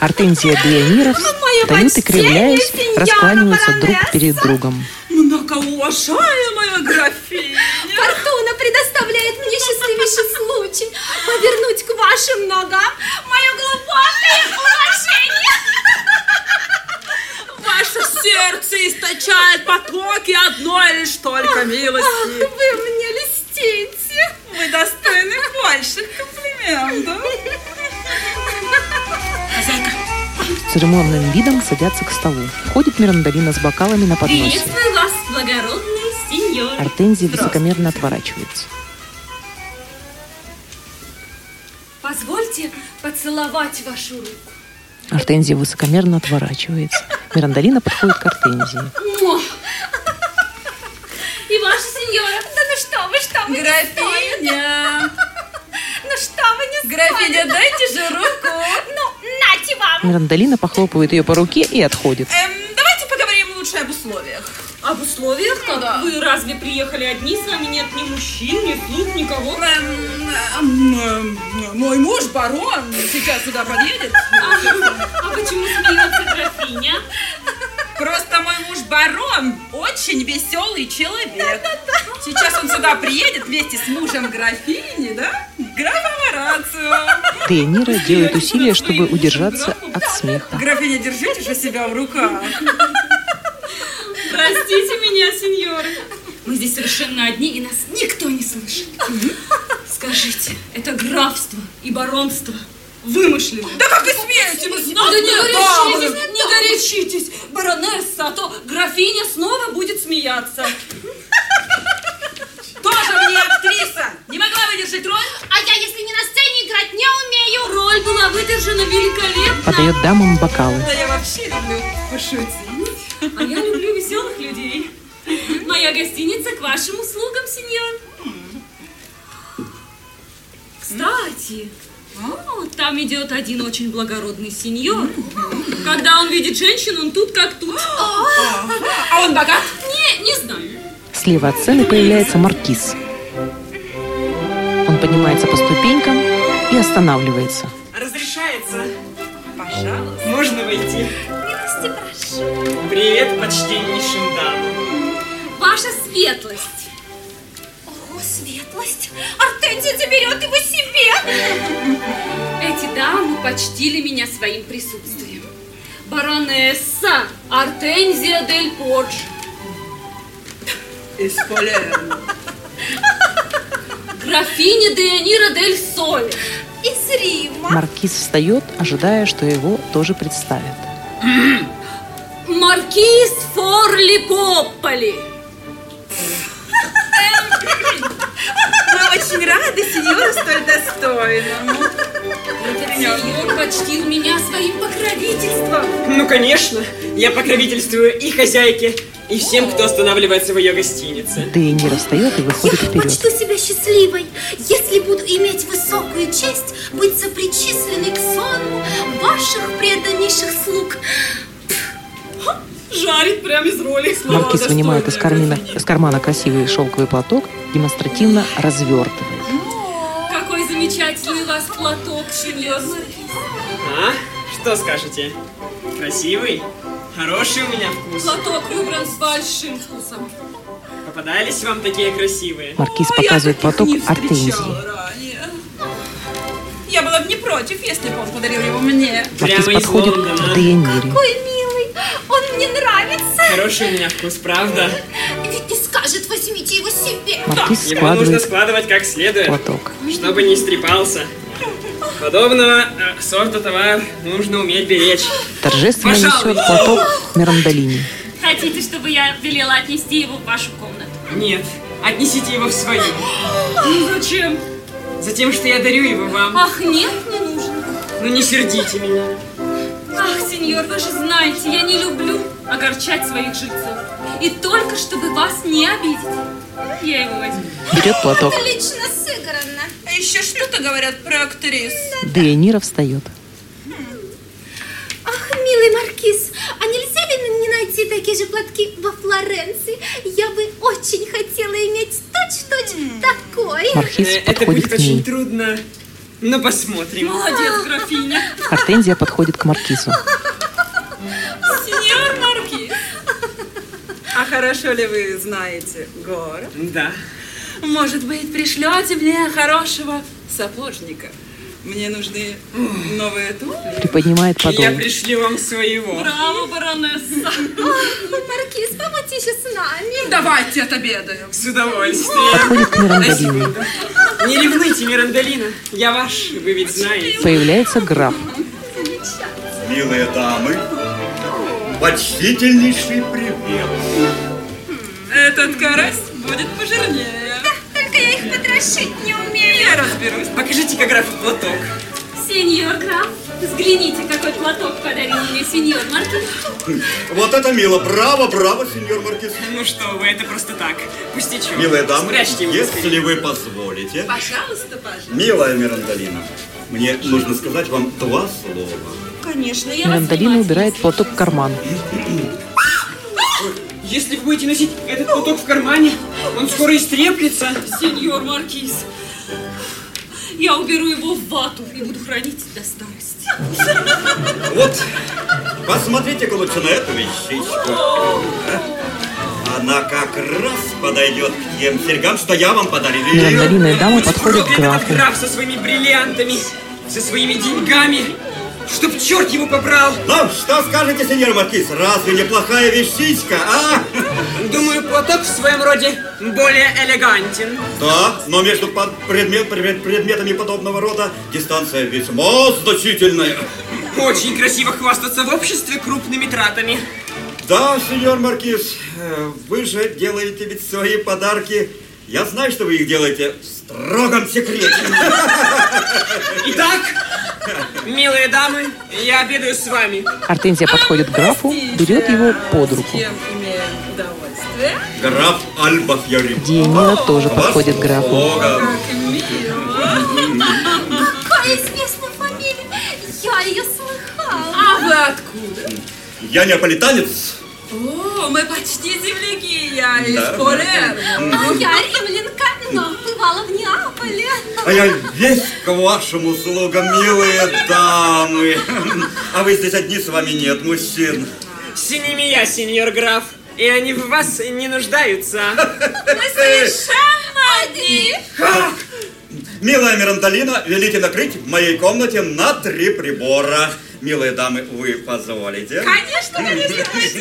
[SPEAKER 1] Артемзия и Леониров
[SPEAKER 10] Мое
[SPEAKER 1] встают и, кривляясь,
[SPEAKER 10] почтение, сеньора
[SPEAKER 1] раскланиваются друг
[SPEAKER 10] баронесса.
[SPEAKER 1] перед другом.
[SPEAKER 10] Многоуважаемая графиня.
[SPEAKER 8] Фортуна предоставляет мне счастливейший случай повернуть к вашим ногам мое глубокое уважение.
[SPEAKER 10] Ваше сердце источает потоки одной лишь только
[SPEAKER 8] Ах,
[SPEAKER 10] милости.
[SPEAKER 8] вы мне льстите.
[SPEAKER 10] Вы достойны больших комплиментов. Хозяйка,
[SPEAKER 1] С церемонным видом садятся к столу. Входит Мирандолина с бокалами на подносе.
[SPEAKER 7] Приветствую вас, благородный сеньор.
[SPEAKER 1] Артензия высокомерно отворачивается.
[SPEAKER 8] Позвольте поцеловать вашу руку.
[SPEAKER 1] Артензия А высокомерно отворачивается. Мирандолина подходит к Артензии.
[SPEAKER 7] Мо. И ваша сеньора.
[SPEAKER 8] Да ну что вы, что вы, не стоит.
[SPEAKER 7] Графиня.
[SPEAKER 8] Ну что вы, не стоит.
[SPEAKER 7] Графиня, дайте же руку.
[SPEAKER 8] Ну, нате вам.
[SPEAKER 1] Мирандолина похлопывает ее по руке и отходит.
[SPEAKER 10] эм, давайте поговорим лучше об условиях.
[SPEAKER 7] Об условиях как?
[SPEAKER 10] Вы разве приехали одни, с вами нет ни мужчин, ни слуг, никого? Эм, мой муж барон сейчас сюда подъедет.
[SPEAKER 7] А почему смеется графиня?
[SPEAKER 10] Просто мой муж барон, очень веселый человек. Сейчас он сюда приедет вместе с мужем графини, да? Графа Марацио.
[SPEAKER 1] Леонира делает усилия, чтобы удержаться от смеха.
[SPEAKER 10] Графиня, держите же себя в руках.
[SPEAKER 7] Простите меня, сеньоры. Мы здесь совершенно одни, и нас никто не слышит. Скажите, это графство и баронство вымышленное.
[SPEAKER 10] Да как вы смеете? Вы
[SPEAKER 7] Да не
[SPEAKER 10] дамы.
[SPEAKER 7] горячитесь, не горячитесь, баронесса, а то графиня снова будет смеяться.
[SPEAKER 10] Тоже мне актриса.
[SPEAKER 7] Не могла выдержать роль?
[SPEAKER 8] А я, если не на сцене играть, не умею.
[SPEAKER 7] Роль была выдержана великолепно.
[SPEAKER 1] Подает дамам бокалы.
[SPEAKER 10] Да я вообще люблю пошутить.
[SPEAKER 7] А я люблю веселых людей. Моя гостиница к вашим услугам, сеньор. Кстати, о, там идет один очень благородный сеньор. Когда он видит женщину, он тут как тут.
[SPEAKER 10] А он богат?
[SPEAKER 7] Не, не знаю.
[SPEAKER 1] Слева от сцены появляется маркиз. Он поднимается по ступенькам и останавливается.
[SPEAKER 2] Разрешается.
[SPEAKER 10] Пожалуйста.
[SPEAKER 2] Можно войти.
[SPEAKER 8] Милости прошу.
[SPEAKER 2] Привет, почтеннейшим дамам.
[SPEAKER 7] Ваша светлость.
[SPEAKER 8] Ого, светлость! Артензия заберет его себе!
[SPEAKER 7] Эти дамы почтили меня своим присутствием. Баронесса Артензия дель Подж. Графиня Дионира дель Соль.
[SPEAKER 8] Из Рима.
[SPEAKER 1] Маркиз встает, ожидая, что его тоже представят.
[SPEAKER 7] Маркиз Форли Попполи.
[SPEAKER 10] Мы очень рады сеньору столь достойному.
[SPEAKER 7] Этот Ну, сеньор почтил меня своим покровительством.
[SPEAKER 2] Ну, конечно, я покровительствую и хозяйке, и всем, кто останавливается в ее гостинице.
[SPEAKER 1] Дейнира встает и выходит
[SPEAKER 8] Я
[SPEAKER 1] вперед.
[SPEAKER 8] почту себя счастливой, если буду иметь высокую честь быть сопричисленной к сонму ваших преданнейших слуг.
[SPEAKER 7] Жарит прям из роли. слова
[SPEAKER 1] Маркиз вынимает из,
[SPEAKER 7] достойная
[SPEAKER 1] кармина,
[SPEAKER 7] графиня.
[SPEAKER 1] из кармана красивый шелковый платок, демонстративно развертывает.
[SPEAKER 7] Какой замечательный у вас платок, сеньор.
[SPEAKER 2] А? Что скажете? Красивый? Хороший у меня вкус.
[SPEAKER 7] Платок выбран с большим вкусом.
[SPEAKER 2] Попадались вам такие красивые?
[SPEAKER 1] Маркиз
[SPEAKER 10] Ой,
[SPEAKER 1] показывает
[SPEAKER 10] А я таких
[SPEAKER 1] платок
[SPEAKER 10] не
[SPEAKER 1] Артензии.
[SPEAKER 10] встречала ранее. Я была бы не против, если бы он подарил его мне.
[SPEAKER 1] Маркиз
[SPEAKER 2] Прямо из
[SPEAKER 1] подходит
[SPEAKER 2] Лондона.
[SPEAKER 1] к Дейнире.
[SPEAKER 8] Ой, милый, он мне нравится.
[SPEAKER 2] Хороший у меня вкус, правда?
[SPEAKER 8] Ведь не скажет, возьмите его себе.
[SPEAKER 1] Маркиз
[SPEAKER 2] Его нужно
[SPEAKER 1] складывает
[SPEAKER 2] складывать как следует,
[SPEAKER 1] платок.
[SPEAKER 2] чтобы не стрепался. Подобного э, сорта товар нужно уметь беречь.
[SPEAKER 1] Торжественно несет платок Мирандолине.
[SPEAKER 7] Хотите, чтобы я велела отнести его в вашу комнату?
[SPEAKER 2] Нет, отнесите его в свою.
[SPEAKER 10] А
[SPEAKER 7] Ну зачем?
[SPEAKER 2] Затем, что я дарю его вам.
[SPEAKER 7] Ах, нет, не нужно.
[SPEAKER 2] Ну не сердите меня.
[SPEAKER 7] Ах, сеньор, вы же знаете, я не люблю огорчать своих жильцов. И только чтобы вас не обидеть. Я его возьму.
[SPEAKER 1] Берет платок.
[SPEAKER 8] Отлично сыграно.
[SPEAKER 10] А еще что-то говорят про актрис.
[SPEAKER 1] Дейнира встает.
[SPEAKER 8] Ах, милый маркиз, а нельзя ли не найти были такие же платки во Флоренции. Я бы очень хотела иметь точь-в-точь такой.
[SPEAKER 1] Мархиз
[SPEAKER 2] Э, Это
[SPEAKER 1] подходит
[SPEAKER 2] будет
[SPEAKER 1] к
[SPEAKER 2] очень
[SPEAKER 1] ней.
[SPEAKER 2] трудно, но посмотрим.
[SPEAKER 9] Молодец, графиня.
[SPEAKER 1] Артензия подходит к маркизу.
[SPEAKER 9] Сеньор Маркиз.
[SPEAKER 11] А хорошо ли вы знаете город?
[SPEAKER 2] Да.
[SPEAKER 9] Может быть, пришлете мне хорошего сапожника?
[SPEAKER 11] Мне нужны новые туфли.
[SPEAKER 1] Приподнимает
[SPEAKER 2] Я
[SPEAKER 1] подол.
[SPEAKER 2] пришлю вам своего.
[SPEAKER 9] Браво, баронесса.
[SPEAKER 8] Маркиз, побудьте еще с нами.
[SPEAKER 11] Ну, Давайте отобедаем.
[SPEAKER 2] С удовольствием.
[SPEAKER 1] Подходит к Мирандолине.
[SPEAKER 2] Не ревнуйте, Мирандолина. Я ваш, вы ведь знаете.
[SPEAKER 1] Появляется граф.
[SPEAKER 3] Милые дамы, почтительнейший привет.
[SPEAKER 11] Этот карась будет пожирнее.
[SPEAKER 8] Только я их потрошить не умею.
[SPEAKER 11] Я разберусь.
[SPEAKER 2] Покажите-ка графу платок.
[SPEAKER 9] Сеньор граф, взгляните, какой платок подарил мне сеньор Маркиз.
[SPEAKER 3] Вот это мило. Браво, браво, сеньор Маркиз.
[SPEAKER 2] Ну что вы, это просто так. Пустячок.
[SPEAKER 3] Милые дамы,
[SPEAKER 2] Спрячьте его.
[SPEAKER 3] если вы позволите.
[SPEAKER 11] Пожалуйста, пожалуйста.
[SPEAKER 3] Милая Мирандолина, мне нужно сказать вам два слова.
[SPEAKER 11] Ну, Конечно, я
[SPEAKER 1] Мирандолина убирает платок в карман.
[SPEAKER 2] Если вы будете носить этот платок в кармане, он скоро истреплется.
[SPEAKER 9] Сеньор Маркиз, я уберу его в вату и буду хранить до старости.
[SPEAKER 3] Вот, посмотрите-ка лучше на эту вещичку. Она как раз подойдет к тем серьгам, что я вам подарил.
[SPEAKER 1] Мирандолина и дама подходят к
[SPEAKER 2] Проклят этот
[SPEAKER 1] графу.
[SPEAKER 2] граф со своими бриллиантами, со своими деньгами. Чтоб черт его побрал.
[SPEAKER 3] Ну, что скажете, сеньор Маркиз, разве неплохая вещичка, а?
[SPEAKER 2] Думаю, платок в своем роде более элегантен.
[SPEAKER 3] Да, но между под- предмет- предмет- предметами подобного рода дистанция весьма значительная.
[SPEAKER 2] Очень красиво хвастаться в обществе крупными тратами.
[SPEAKER 3] Да, сеньор Маркиз, э, вы же делаете ведь свои подарки. Я знаю, что вы их делаете в строгом секрете.
[SPEAKER 2] Итак, милые дамы, я обедаю с вами.
[SPEAKER 1] Артензия подходит к графу, берет его под
[SPEAKER 11] с
[SPEAKER 1] руку.
[SPEAKER 11] кем имею удовольствие.
[SPEAKER 3] Граф Альба Фьори.
[SPEAKER 1] Дианина тоже подходит к графу.
[SPEAKER 3] Слуга.
[SPEAKER 8] Какая известная фамилия. Я ее слыхала.
[SPEAKER 9] А вы откуда?
[SPEAKER 3] Я неаполитанец.
[SPEAKER 9] О, мы почти земляки.
[SPEAKER 11] Я из
[SPEAKER 3] Да.
[SPEAKER 11] Полермо.
[SPEAKER 8] А я римлянка, но бывала в Неаполе.
[SPEAKER 3] А я весь к вашим услугам, милые дамы. А вы здесь одни, с вами нет мужчин.
[SPEAKER 2] С ними я, сеньор граф. И они в вас не нуждаются.
[SPEAKER 8] Одни.
[SPEAKER 3] Милая Мирандолина, велите накрыть в моей комнате на три прибора. Милые дамы, вы позволите?
[SPEAKER 11] Конечно,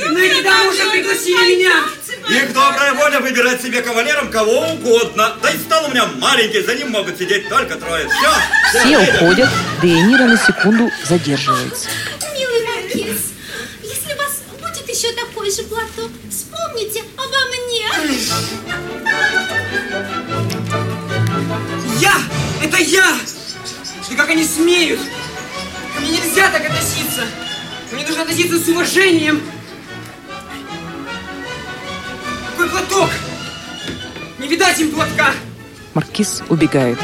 [SPEAKER 2] Ну и да, уже пригласили меня.
[SPEAKER 3] Их добрая воля выбирать себе кавалером кого угодно. Да и стол у меня маленький, за ним могут сидеть только трое. Все,
[SPEAKER 1] Все уходят, Дианира на секунду задерживается.
[SPEAKER 8] Милый Маркиз, если у вас будет еще такой же платок, вспомните обо мне.
[SPEAKER 2] Я! Это я! И как они смеют! Ко мне нельзя так относиться! Мне нужно относиться с уважением! Какой платок! Не видать им платка!
[SPEAKER 1] Маркиз убегает.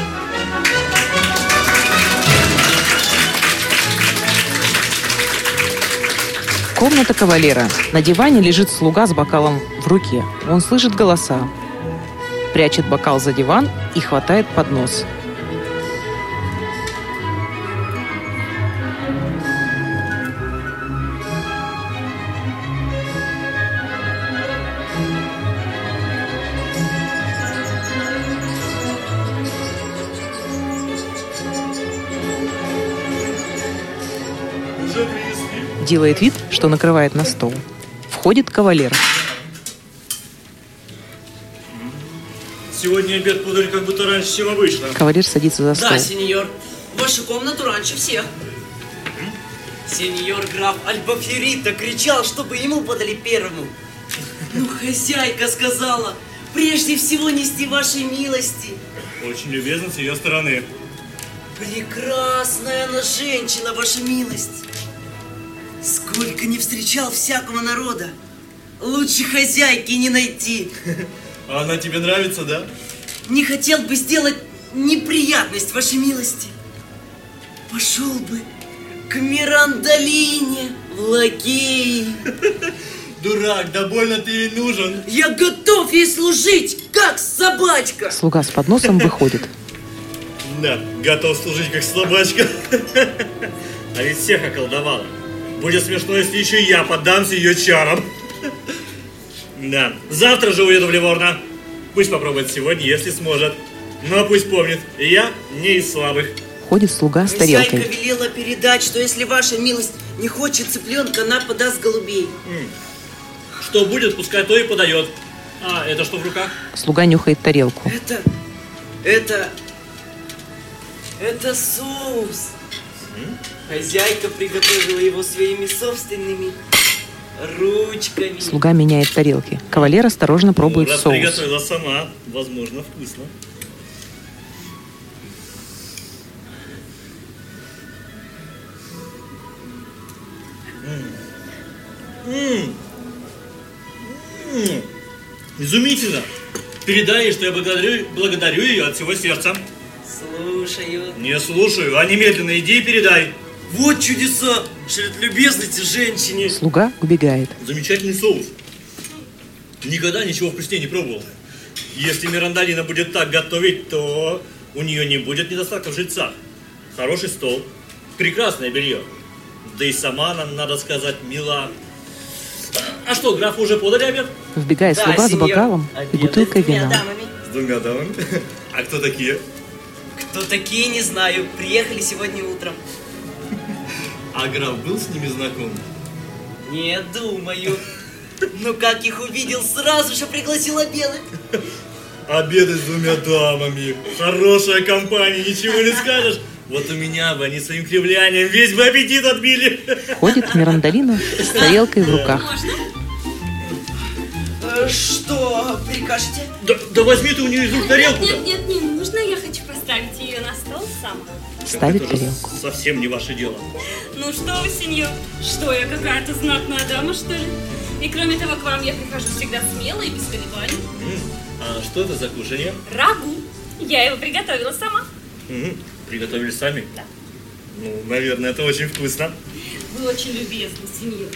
[SPEAKER 1] Комната кавалера. На диване лежит слуга с бокалом в руке. Он слышит голоса. Прячет бокал за диван и хватает поднос.
[SPEAKER 6] Уже принесли.
[SPEAKER 1] Делает вид, что накрывает на стол. Входит кавалер.
[SPEAKER 6] Сегодня обед подали как будто раньше, чем обычно.
[SPEAKER 1] Кавалер садится за
[SPEAKER 12] Да,
[SPEAKER 1] стол.
[SPEAKER 12] сеньор. Вашу комнату раньше всех. Сеньор граф Альбаферита кричал, чтобы ему подали первому. Ну, хозяйка сказала, прежде всего нести вашей милости.
[SPEAKER 6] Очень любезно с ее стороны.
[SPEAKER 12] Прекрасная она женщина, ваша милость. Сколько не встречал всякого народа. Лучше хозяйки не найти.
[SPEAKER 6] А она тебе нравится, да?
[SPEAKER 12] Не хотел бы сделать неприятность, вашей милости. Пошел бы к Мирандолине в лакеи.
[SPEAKER 13] Дурак, да больно ты ей нужен.
[SPEAKER 2] Я готов ей служить, как собачка.
[SPEAKER 1] Слуга с подносом выходит.
[SPEAKER 6] Да, готов служить как слабачка. А ведь всех околдовала. Будет смешно, если еще и я поддамся ее чарам. Да, завтра же уеду в Ливорно. Пусть попробует сегодня, если сможет. Но пусть помнит, я не из слабых.
[SPEAKER 1] Ходит слуга с
[SPEAKER 2] Хозяйка
[SPEAKER 1] тарелкой.
[SPEAKER 2] велела передать, что если ваша милость не хочет цыпленка, она подаст голубей.
[SPEAKER 6] Что будет, пускай то и подает. А, это что в руках?
[SPEAKER 1] Слуга нюхает тарелку.
[SPEAKER 2] Это... Это... Это соус. Хозяйка приготовила его своими собственными ручками.
[SPEAKER 1] Слуга меняет тарелки. Кавалер осторожно пробует
[SPEAKER 6] Ну, Раз
[SPEAKER 1] соус.
[SPEAKER 6] приготовила сама, возможно, вкусно. М. М. Изумительно! Передай ей, что я благодарю, благодарю ее от всего сердца.
[SPEAKER 2] Слушаю.
[SPEAKER 6] Не слушаю, а немедленно иди и передай.
[SPEAKER 2] Вот чудеса! Шред любезности женщине.
[SPEAKER 1] Слуга убегает.
[SPEAKER 6] Замечательный соус. Никогда ничего вкуснее не пробовал. Если Мирандалина будет так готовить, то у нее не будет недостатка в жильцах. Хороший стол, прекрасное белье. Да и сама нам, надо сказать, мила. А что, граф уже подали обед?
[SPEAKER 1] Вбегает
[SPEAKER 6] Да,
[SPEAKER 1] слуга с
[SPEAKER 6] сеньор.
[SPEAKER 1] бокалом и
[SPEAKER 6] Обедает
[SPEAKER 1] бутылкой вина.
[SPEAKER 6] С двумя дамами. А кто такие?
[SPEAKER 2] Кто такие, не знаю. Приехали сегодня утром.
[SPEAKER 6] А граф был с ними знаком?
[SPEAKER 2] Не думаю. Ну как их увидел, сразу же пригласил обедать.
[SPEAKER 6] Обеды с двумя дамами. Хорошая компания, ничего не скажешь. Вот у меня бы они своим кривлянием весь бы аппетит отбили.
[SPEAKER 1] Ходит Мирандолина с тарелкой в руках.
[SPEAKER 2] Э, Что прикажете?
[SPEAKER 6] Да, возьми ты у нее из рук
[SPEAKER 7] А Нет, нет, не нужно, я хочу поставить ее на стол сама.
[SPEAKER 1] Ставит тарелку.
[SPEAKER 6] Совсем не ваше дело.
[SPEAKER 7] Ну что вы, сеньор, что я, какая-то знатная дама, что ли? И кроме того, к вам я прихожу всегда смело и без колебаний.
[SPEAKER 6] М, А что это за кушанье?
[SPEAKER 7] Рагу. Я его приготовила сама.
[SPEAKER 6] М, Приготовили сами? Да. Ну, наверное, это очень вкусно.
[SPEAKER 7] Вы очень любезны, сеньор.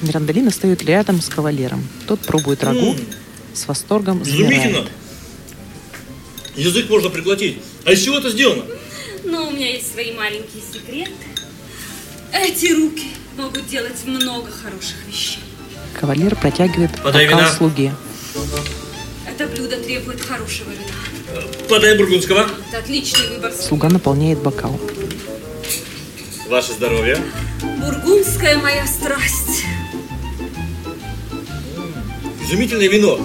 [SPEAKER 1] Мирандолина стоит рядом с кавалером. Тот пробует рагу.
[SPEAKER 6] М.
[SPEAKER 1] С восторгом замирает.
[SPEAKER 6] Изумительно. Язык можно проглотить. А из чего это сделано?
[SPEAKER 7] Но у меня есть свои маленькие секреты. Эти руки могут делать много хороших вещей.
[SPEAKER 1] Кавалер протягивает
[SPEAKER 6] Подай
[SPEAKER 1] бокал
[SPEAKER 6] вина.
[SPEAKER 1] слуге.
[SPEAKER 7] Это блюдо требует хорошего вина.
[SPEAKER 6] Подай бургундского.
[SPEAKER 7] Это отличный выбор.
[SPEAKER 1] Слуга наполняет бокал.
[SPEAKER 6] Ваше здоровье.
[SPEAKER 7] Бургундская моя страсть.
[SPEAKER 6] Изумительное вино.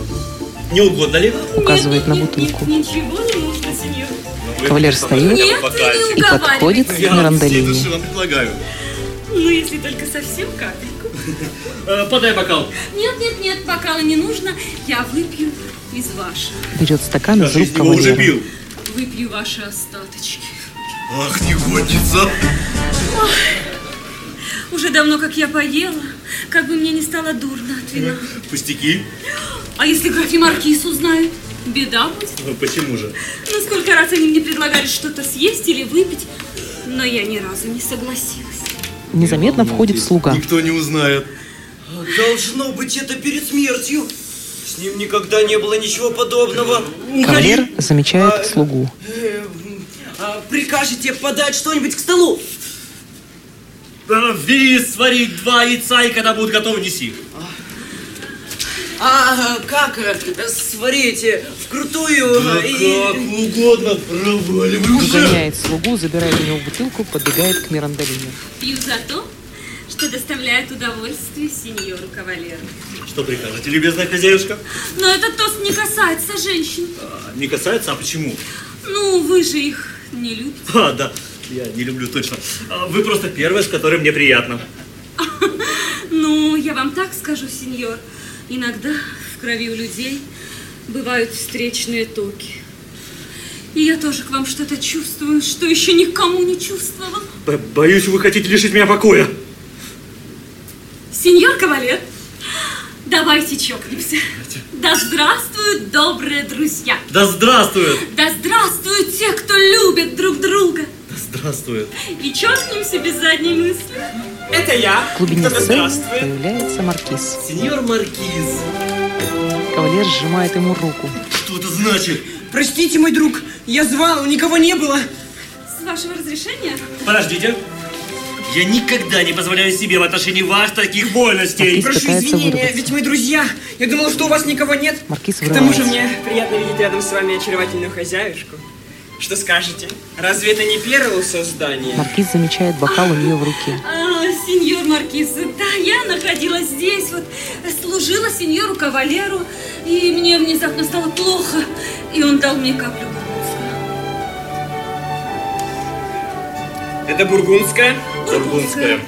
[SPEAKER 6] Не угодно ли?
[SPEAKER 1] Указывает на бутылку.
[SPEAKER 7] Ничего не нужно, сеньор.
[SPEAKER 1] Кавалер стоит
[SPEAKER 7] Нет, вы не
[SPEAKER 1] и подходит к
[SPEAKER 7] уговариваете.
[SPEAKER 1] Мирандолине.
[SPEAKER 6] вам предлагаю.
[SPEAKER 7] Ну, если только совсем как.
[SPEAKER 6] Э, Подай бокал.
[SPEAKER 7] Нет, нет, нет, бокала не нужно. Я выпью из вашего.
[SPEAKER 1] Берет стакан из рук кавалера.
[SPEAKER 7] Выпью ваши остаточки.
[SPEAKER 3] Ах, негодница.
[SPEAKER 7] Ох, уже давно как я поела, как бы мне не стало дурно от вина.
[SPEAKER 6] Пустяки.
[SPEAKER 7] А если граф и маркиз узнают? Беда будет.
[SPEAKER 6] Ну почему же?
[SPEAKER 7] Ну, сколько раз они мне предлагали что-то съесть или выпить, но я ни разу не согласилась.
[SPEAKER 1] Незаметно входит слуга.
[SPEAKER 3] Никто не узнает.
[SPEAKER 2] Должно быть это перед смертью. С ним никогда не было ничего подобного.
[SPEAKER 1] Кавалер замечает слугу.
[SPEAKER 2] Э, а Прикажете подать что-нибудь к столу?
[SPEAKER 6] Бери, свари два яйца, и когда будут готовы, неси.
[SPEAKER 2] А э, как э, сварить э, вкрутую э, и...
[SPEAKER 6] угодно, проваливай
[SPEAKER 1] Догоняет слугу, забирает у него бутылку, подбегает к Мирандолине.
[SPEAKER 7] Пью за то, что доставляет удовольствие сеньору кавалеру.
[SPEAKER 6] Что прикажете, любезная хозяюшка?
[SPEAKER 7] Но этот тост не касается женщин.
[SPEAKER 6] А, Не касается, а почему?
[SPEAKER 7] Ну, вы же их не любите.
[SPEAKER 6] А, да, я не люблю точно. А, Вы просто первая, с которой мне приятно.
[SPEAKER 7] Ну, я вам так скажу, сеньор. Иногда в крови у людей бывают встречные токи. И я тоже к вам что-то чувствую, что еще никому не чувствовала.
[SPEAKER 6] Бо- Боюсь, вы хотите лишить меня покоя.
[SPEAKER 7] Сеньор кавалер, давайте чокнемся. Да здравствуют добрые друзья!
[SPEAKER 6] Да здравствует!
[SPEAKER 7] Да здравствуют те, кто любит друг друга! Да
[SPEAKER 6] здравствует.
[SPEAKER 7] И чокнемся без задней мысли.
[SPEAKER 14] Это я.
[SPEAKER 1] В глубине
[SPEAKER 14] Кто-то
[SPEAKER 1] сцены
[SPEAKER 14] здравствует.
[SPEAKER 1] появляется маркиз.
[SPEAKER 14] Сеньор Маркиз.
[SPEAKER 1] Кавалер сжимает ему руку.
[SPEAKER 14] Что это значит? Простите, мой друг, я звал, никого не было.
[SPEAKER 7] С вашего разрешения?
[SPEAKER 6] Подождите. Я никогда не позволяю себе в отношении вас таких вольностей.
[SPEAKER 1] Маркиз
[SPEAKER 2] Прошу
[SPEAKER 1] пытается
[SPEAKER 2] извинения,
[SPEAKER 1] вырваться.
[SPEAKER 2] ведь мы друзья. Я думал, что у вас никого нет.
[SPEAKER 1] Маркиз
[SPEAKER 2] К тому
[SPEAKER 1] вырывается.
[SPEAKER 2] же мне приятно видеть рядом с вами очаровательную хозяюшку. Что скажете? Разве это не первое создание?
[SPEAKER 1] Маркиз замечает бокал у нее в руке.
[SPEAKER 7] А, сеньор Маркиз, да, я находилась здесь, вот, служила сеньору кавалеру, и мне внезапно стало плохо, и он дал мне каплю.
[SPEAKER 2] Это бургундская?
[SPEAKER 6] Бургундская.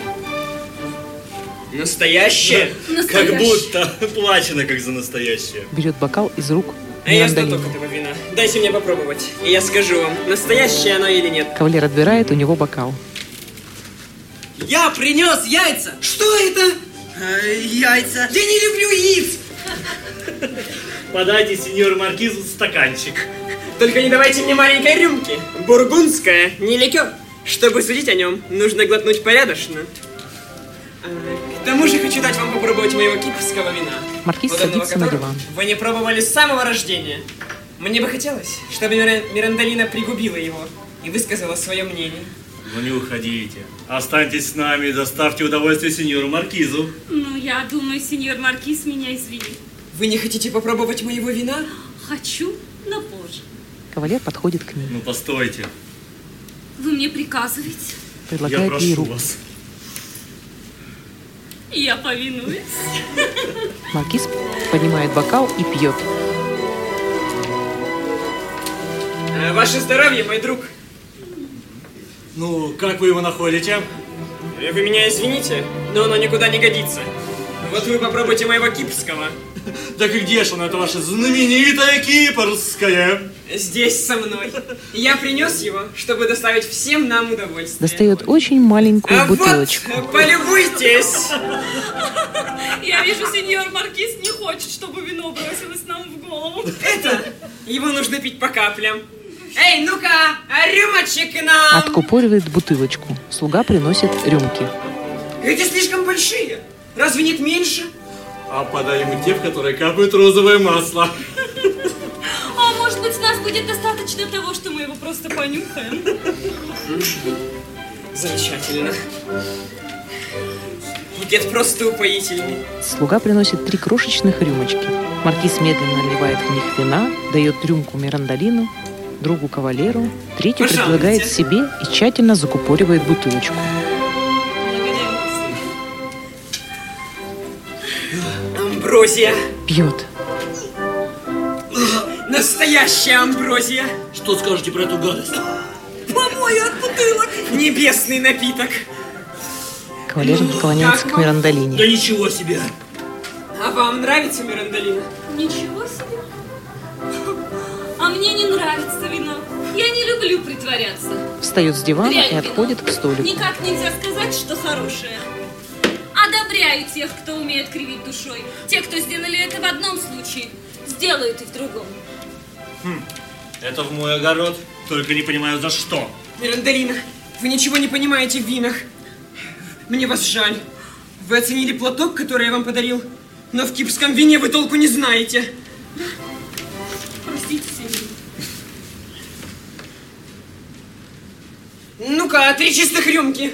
[SPEAKER 6] Э,
[SPEAKER 2] Настоящая?
[SPEAKER 6] Как будто плачено, как за настоящее.
[SPEAKER 1] Берет бокал из рук
[SPEAKER 2] А я знаток
[SPEAKER 1] Мирандолина.
[SPEAKER 2] этого вина. Дайте мне попробовать, и я скажу вам, настоящее оно или нет.
[SPEAKER 1] Кавалер отбирает у него бокал.
[SPEAKER 14] Я принес яйца. Что это? яйца. Я не люблю яиц.
[SPEAKER 6] Подайте, сеньор Маркизу, стаканчик.
[SPEAKER 2] Только не давайте мне маленькой рюмки. Бургундская, не ликер. Чтобы судить о нем, нужно глотнуть порядочно. А, К тому же хочу дать вам попробовать моего кипрского вина.
[SPEAKER 1] Маркиз
[SPEAKER 2] подобного
[SPEAKER 1] садится на
[SPEAKER 2] которого
[SPEAKER 1] диван.
[SPEAKER 2] Вы не пробовали с самого рождения. Мне бы хотелось, чтобы Мира- Мирандолина пригубила его и высказала свое мнение.
[SPEAKER 6] Ну не уходите. Останьтесь с нами и доставьте удовольствие сеньору Маркизу.
[SPEAKER 7] Ну, я думаю, сеньор Маркиз меня извинит.
[SPEAKER 2] Вы не хотите попробовать моего вина?
[SPEAKER 7] Хочу, но позже.
[SPEAKER 1] Кавалер подходит к ней,
[SPEAKER 6] Ну постойте.
[SPEAKER 7] Вы мне приказываете,
[SPEAKER 6] Я
[SPEAKER 1] предлагает
[SPEAKER 6] прошу
[SPEAKER 1] ей руку.
[SPEAKER 6] вас.
[SPEAKER 7] и я повинуюсь.
[SPEAKER 1] Маркиз поднимает бокал и пьет.
[SPEAKER 2] Э, Ваше здоровье, мой друг.
[SPEAKER 6] Ну, как вы его находите?
[SPEAKER 2] Э, Вы меня извините, но оно никуда не годится. Вот вы попробуйте моего кипрского.
[SPEAKER 6] Так и где же он, это ваша знаменитая кипрская?
[SPEAKER 2] Здесь со мной. Я принес его, чтобы доставить всем нам удовольствие.
[SPEAKER 1] Достает очень маленькую
[SPEAKER 2] А вот,
[SPEAKER 1] бутылочку.
[SPEAKER 2] э, полюбуйтесь!
[SPEAKER 7] Я вижу, сеньор Маркиз не хочет, чтобы вино бросилось нам в голову.
[SPEAKER 2] Это его нужно пить по каплям. Эй, ну-ка, а рюмочек нам!
[SPEAKER 1] Откупоривает бутылочку. Слуга приносит рюмки.
[SPEAKER 2] Эти слишком большие. Разве нет меньше?
[SPEAKER 6] А подали мы те, в которые капает розовое масло.
[SPEAKER 7] А может быть, нас будет достаточно того, что мы его просто понюхаем?
[SPEAKER 2] Замечательно. Букет просто упоительный.
[SPEAKER 1] Слуга приносит три крошечных рюмочки. Маркиз медленно наливает в них вина, дает рюмку Мирандолину, другу кавалеру, третью
[SPEAKER 2] Пожалуйста.
[SPEAKER 1] предлагает себе и тщательно закупоривает бутылочку.
[SPEAKER 2] Амброзия.
[SPEAKER 1] Пьет.
[SPEAKER 2] Настоящая амброзия.
[SPEAKER 15] Что скажете про эту гадость?
[SPEAKER 2] Помой от бутылок. Небесный напиток. Ну,
[SPEAKER 1] Кавалер наклоняется к Мирандолине.
[SPEAKER 15] Да ничего себе!
[SPEAKER 2] А вам нравится Мирандолина?
[SPEAKER 7] Ничего себе. А мне не нравится вино. Я не люблю притворяться.
[SPEAKER 1] Встает с дивана
[SPEAKER 7] Дрянь
[SPEAKER 1] и
[SPEAKER 7] вино.
[SPEAKER 1] отходит к столику.
[SPEAKER 7] Никак нельзя сказать, что хорошее. Одобряю тех, кто умеет кривить душой. Те, кто сделали это в одном случае, сделают и в другом.
[SPEAKER 6] Это в мой огород. Только не понимаю, за что.
[SPEAKER 2] Мирандолина, вы ничего не понимаете в винах. Мне вас жаль. Вы оценили платок, который я вам подарил, но в кипрском вине вы толку не знаете.
[SPEAKER 7] Простите, сеньор.
[SPEAKER 2] Ну-ка, три чистых рюмки.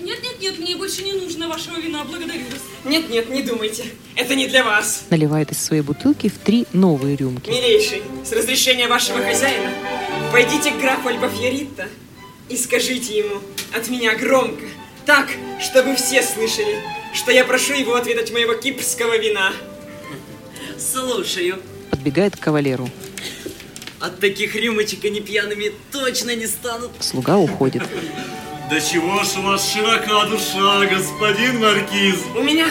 [SPEAKER 7] Нет, нет, нет, мне больше не нужно вашего вина, благодарю вас.
[SPEAKER 2] Нет-нет, не думайте. Это не для вас.
[SPEAKER 1] Наливает из своей бутылки в три новые рюмки.
[SPEAKER 2] Милейший, с разрешения вашего хозяина, пойдите к графу Альба Фьоритто и скажите ему от меня громко, так, чтобы все слышали, что я прошу его отведать моего кипрского вина.
[SPEAKER 14] Слушаю.
[SPEAKER 1] Подбегает к кавалеру.
[SPEAKER 14] От таких рюмочек они пьяными точно не станут.
[SPEAKER 1] Слуга уходит.
[SPEAKER 6] Да чего ж у вас широка душа, господин Маркиз?
[SPEAKER 2] У меня?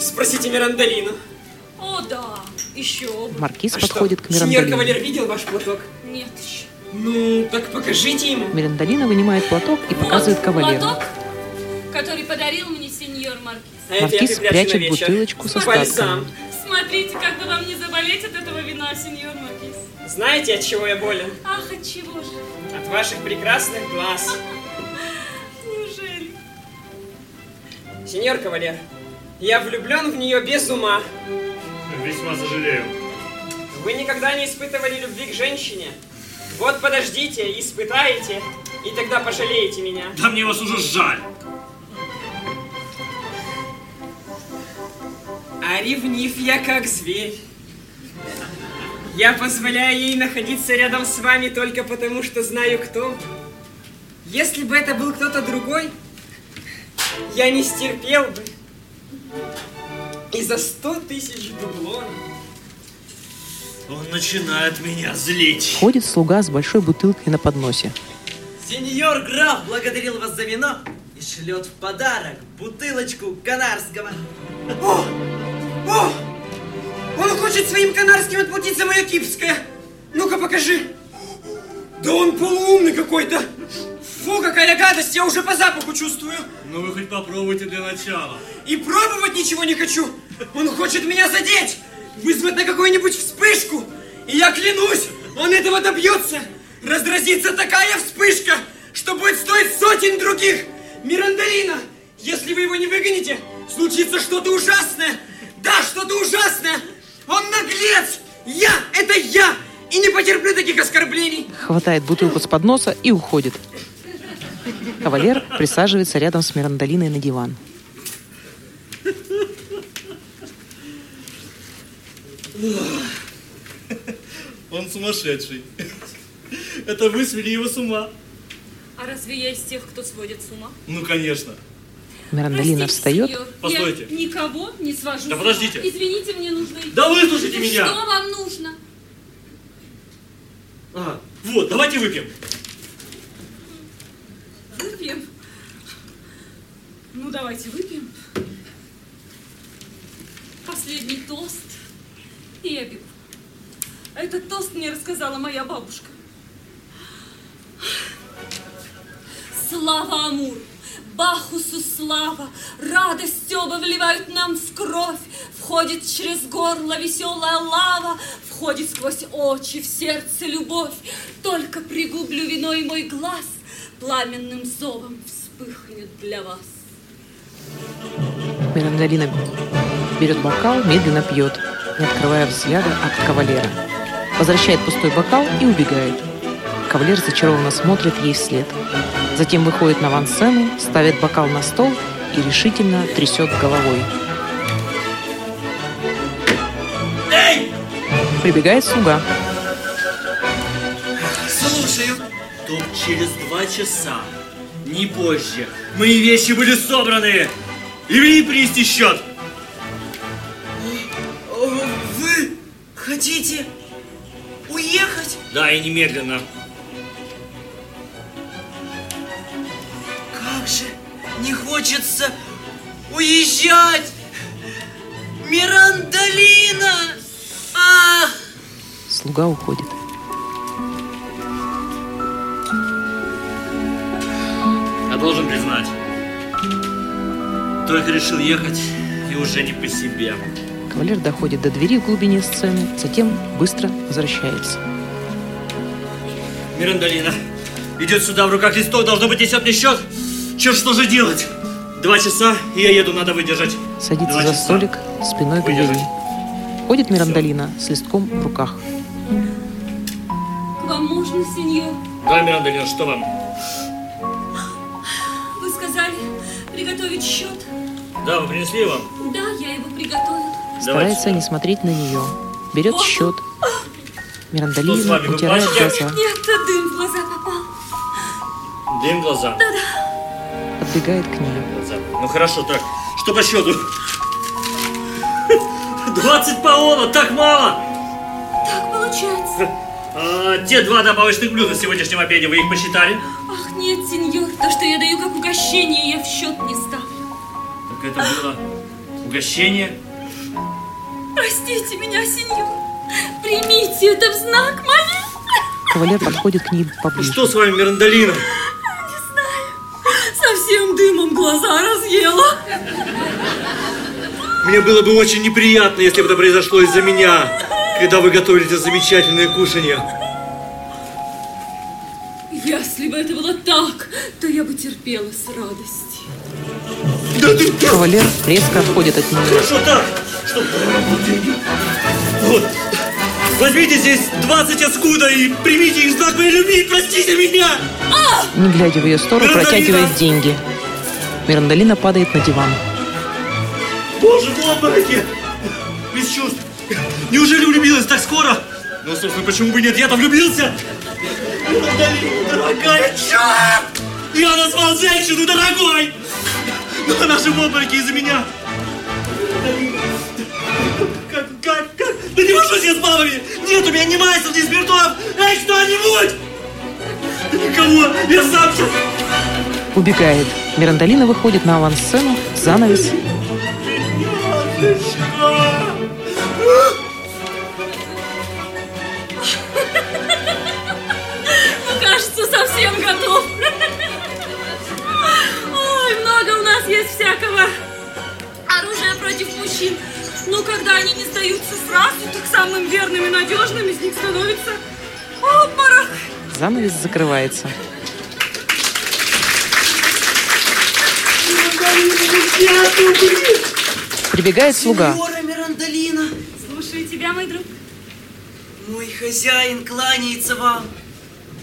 [SPEAKER 2] Спросите Мирандолину.
[SPEAKER 7] О, да, еще бы.
[SPEAKER 1] Маркиз
[SPEAKER 2] А что,
[SPEAKER 1] подходит к
[SPEAKER 2] Сеньор
[SPEAKER 1] Мирандолине.
[SPEAKER 2] кавалер видел ваш платок?
[SPEAKER 7] Нет еще.
[SPEAKER 2] Ну, так покажите ему.
[SPEAKER 1] Мирандолина вынимает платок и показывает
[SPEAKER 7] Вот
[SPEAKER 1] кавалеру.
[SPEAKER 7] Платок, который подарил мне сеньор Маркиз.
[SPEAKER 2] А это я
[SPEAKER 1] Маркиз
[SPEAKER 2] припрячу
[SPEAKER 1] прячет
[SPEAKER 2] на вечер.
[SPEAKER 1] бутылочку со
[SPEAKER 2] Бальзам.
[SPEAKER 1] остатками.
[SPEAKER 7] Смотрите, как бы вам не заболеть от этого вина, сеньор Маркиз.
[SPEAKER 16] Знаете, от чего я болен?
[SPEAKER 17] Ах, от чего же?
[SPEAKER 16] От ваших прекрасных глаз.
[SPEAKER 17] Неужели?
[SPEAKER 16] Сеньор Кавалер, я влюблен в нее без ума.
[SPEAKER 6] Весьма сожалею.
[SPEAKER 16] Вы никогда не испытывали любви к женщине. Вот подождите, испытаете, и тогда пожалеете меня.
[SPEAKER 6] Да мне вас уже жаль.
[SPEAKER 16] А ревнив я как зверь. Я позволяю ей находиться рядом с вами только потому, что знаю кто. вы. Если бы это был кто-то другой, я не стерпел бы. И за сто тысяч дублонов.
[SPEAKER 6] Он начинает меня злить.
[SPEAKER 1] Ходит слуга с большой бутылкой на подносе.
[SPEAKER 2] Сеньор граф благодарил вас за вино и шлет в подарок бутылочку канарского.
[SPEAKER 16] О! О! Он хочет своим канарским отплатить за мое кипское. Ну-ка покажи. Да он полуумный какой-то. Фу, какая гадость, я уже по запаху чувствую.
[SPEAKER 6] Ну вы хоть попробуйте для начала.
[SPEAKER 16] И пробовать ничего не хочу. Он хочет меня задеть, вызвать на какую-нибудь вспышку. И я клянусь, он этого добьется. Разразится такая вспышка, что будет стоить сотен других. Мирандолина, если вы его не выгоните, случится что-то ужасное. Да, что-то ужасное. Он наглец. Я, это я. И не потерплю таких оскорблений.
[SPEAKER 1] Хватает бутылку с подноса и уходит. Кавалер присаживается рядом с Мирандолиной на диван.
[SPEAKER 6] Он сумасшедший. Это вы свели его с ума.
[SPEAKER 7] А разве я из тех, кто сводит с ума?
[SPEAKER 6] Ну, конечно.
[SPEAKER 1] Мирандолина встает.
[SPEAKER 7] Сеньор,
[SPEAKER 6] Постойте.
[SPEAKER 7] Я никого не свожу.
[SPEAKER 6] Да
[SPEAKER 7] с
[SPEAKER 6] подождите.
[SPEAKER 7] ума. Извините, мне нужно идти.
[SPEAKER 6] Да выслушайте меня.
[SPEAKER 7] Что вам нужно?
[SPEAKER 6] А, вот, давайте выпьем.
[SPEAKER 7] Выпьем. Ну, давайте выпьем. Последний тост. И я бегу. Этот тост мне рассказала моя бабушка. Слава Амур! Бахусу слава! Радость оба вливают нам в кровь. Входит через горло веселая лава, Входит сквозь очи в сердце любовь. Только пригублю виной мой глаз, Пламенным зовом вспыхнет для вас.
[SPEAKER 1] Мирандолина берет бокал, медленно пьет, не открывая взгляда от кавалера. Возвращает пустой бокал и убегает. Кавалер зачарованно смотрит ей вслед. Затем выходит на вансцену, ставит бокал на стол и решительно трясет головой. Прибегает слуга.
[SPEAKER 6] Слушаю. Топ через два часа. Не позже. Мои вещи были собраны. И мне принести счет.
[SPEAKER 2] а Вы хотите уехать?
[SPEAKER 6] Да, и немедленно.
[SPEAKER 2] Как же не хочется уезжать! Мирандолина! Ах!
[SPEAKER 1] Слуга уходит.
[SPEAKER 6] Я должен признать. Только решил ехать и уже не по себе.
[SPEAKER 1] Кавалер доходит до двери в глубине сцены, затем быстро возвращается.
[SPEAKER 6] Мирандолина идет сюда в руках листок, должно быть несет мне счет. Черт, что же делать? Два часа, и я еду, надо выдержать.
[SPEAKER 1] Садится
[SPEAKER 6] Два
[SPEAKER 1] за
[SPEAKER 6] часа.
[SPEAKER 1] столик спиной к двери. Ходит Мирандолина с листком в руках.
[SPEAKER 7] К вам можно, сеньор?
[SPEAKER 6] Да, Мирандолина, что вам?
[SPEAKER 7] Вы сказали приготовить счет?
[SPEAKER 6] Да, вы принесли вам?
[SPEAKER 7] Да, я его приготовила.
[SPEAKER 6] Давайте
[SPEAKER 1] Старается не смотреть на нее. Берет счет.
[SPEAKER 6] Что с вами,
[SPEAKER 1] Мирандолина
[SPEAKER 6] вы
[SPEAKER 1] утирает
[SPEAKER 6] плачете?
[SPEAKER 1] глаза.
[SPEAKER 7] Нет, это дым в глаза попал.
[SPEAKER 6] Дым в глаза.
[SPEAKER 1] Подбегает к ней.
[SPEAKER 6] Глаза. Ну хорошо, так, что по счету? 20 паола, так мало!
[SPEAKER 7] Так получается.
[SPEAKER 6] А, те два добавочных блюда в сегодняшнем обеде, вы их посчитали?
[SPEAKER 7] Ах, нет, сеньор, то, что я даю как угощение, я в счет не ставлю.
[SPEAKER 6] Так это было угощение.
[SPEAKER 7] Простите меня, сеньор. Примите это в знак моей.
[SPEAKER 1] Кавалер подходит к ней поближе.
[SPEAKER 6] Что с вами, Мирандолина?
[SPEAKER 7] Совсем дымом глаза разъела.
[SPEAKER 6] Мне было бы очень неприятно, если бы это произошло из-за меня.
[SPEAKER 3] когда вы готовите замечательные кушанья.
[SPEAKER 18] Если бы это было так, то я бы терпела с радостью.
[SPEAKER 1] Кавалер резко отходит от нее.
[SPEAKER 3] Хорошо так, что... Вот. Возьмите здесь 20 оскуда и примите их в знак моей любви, простите меня!
[SPEAKER 1] Не глядя в ее сторону, протягивает деньги. Мирандалина падает на диван.
[SPEAKER 3] Боже, в обмороке! Без чувств! Неужели влюбилась так скоро? Ну, собственно, почему бы и нет? Я-то влюбился! Натали, дорогая! Я назвал женщину дорогой! Но она же в обмороке из-за меня! Натали, Как, как, как? Да не вожусь я с бабами! Нет у меня ни майсов, ни спиртов! Эй, что-нибудь! Да Никого! Я сам сейчас...
[SPEAKER 1] Убегает. Мирандалина выходит на авансцену, занавес.
[SPEAKER 7] Ну, кажется, совсем готов. Ой, много у нас есть всякого оружия против мужчин. Но когда они не сдаются сразу, так самым верным и надежным из них становится обморок.
[SPEAKER 1] Занавес закрывается. Прибегает слуга.
[SPEAKER 2] Сеньора Мирандолина.
[SPEAKER 7] Слушаю тебя, мой друг.
[SPEAKER 2] Мой хозяин кланяется вам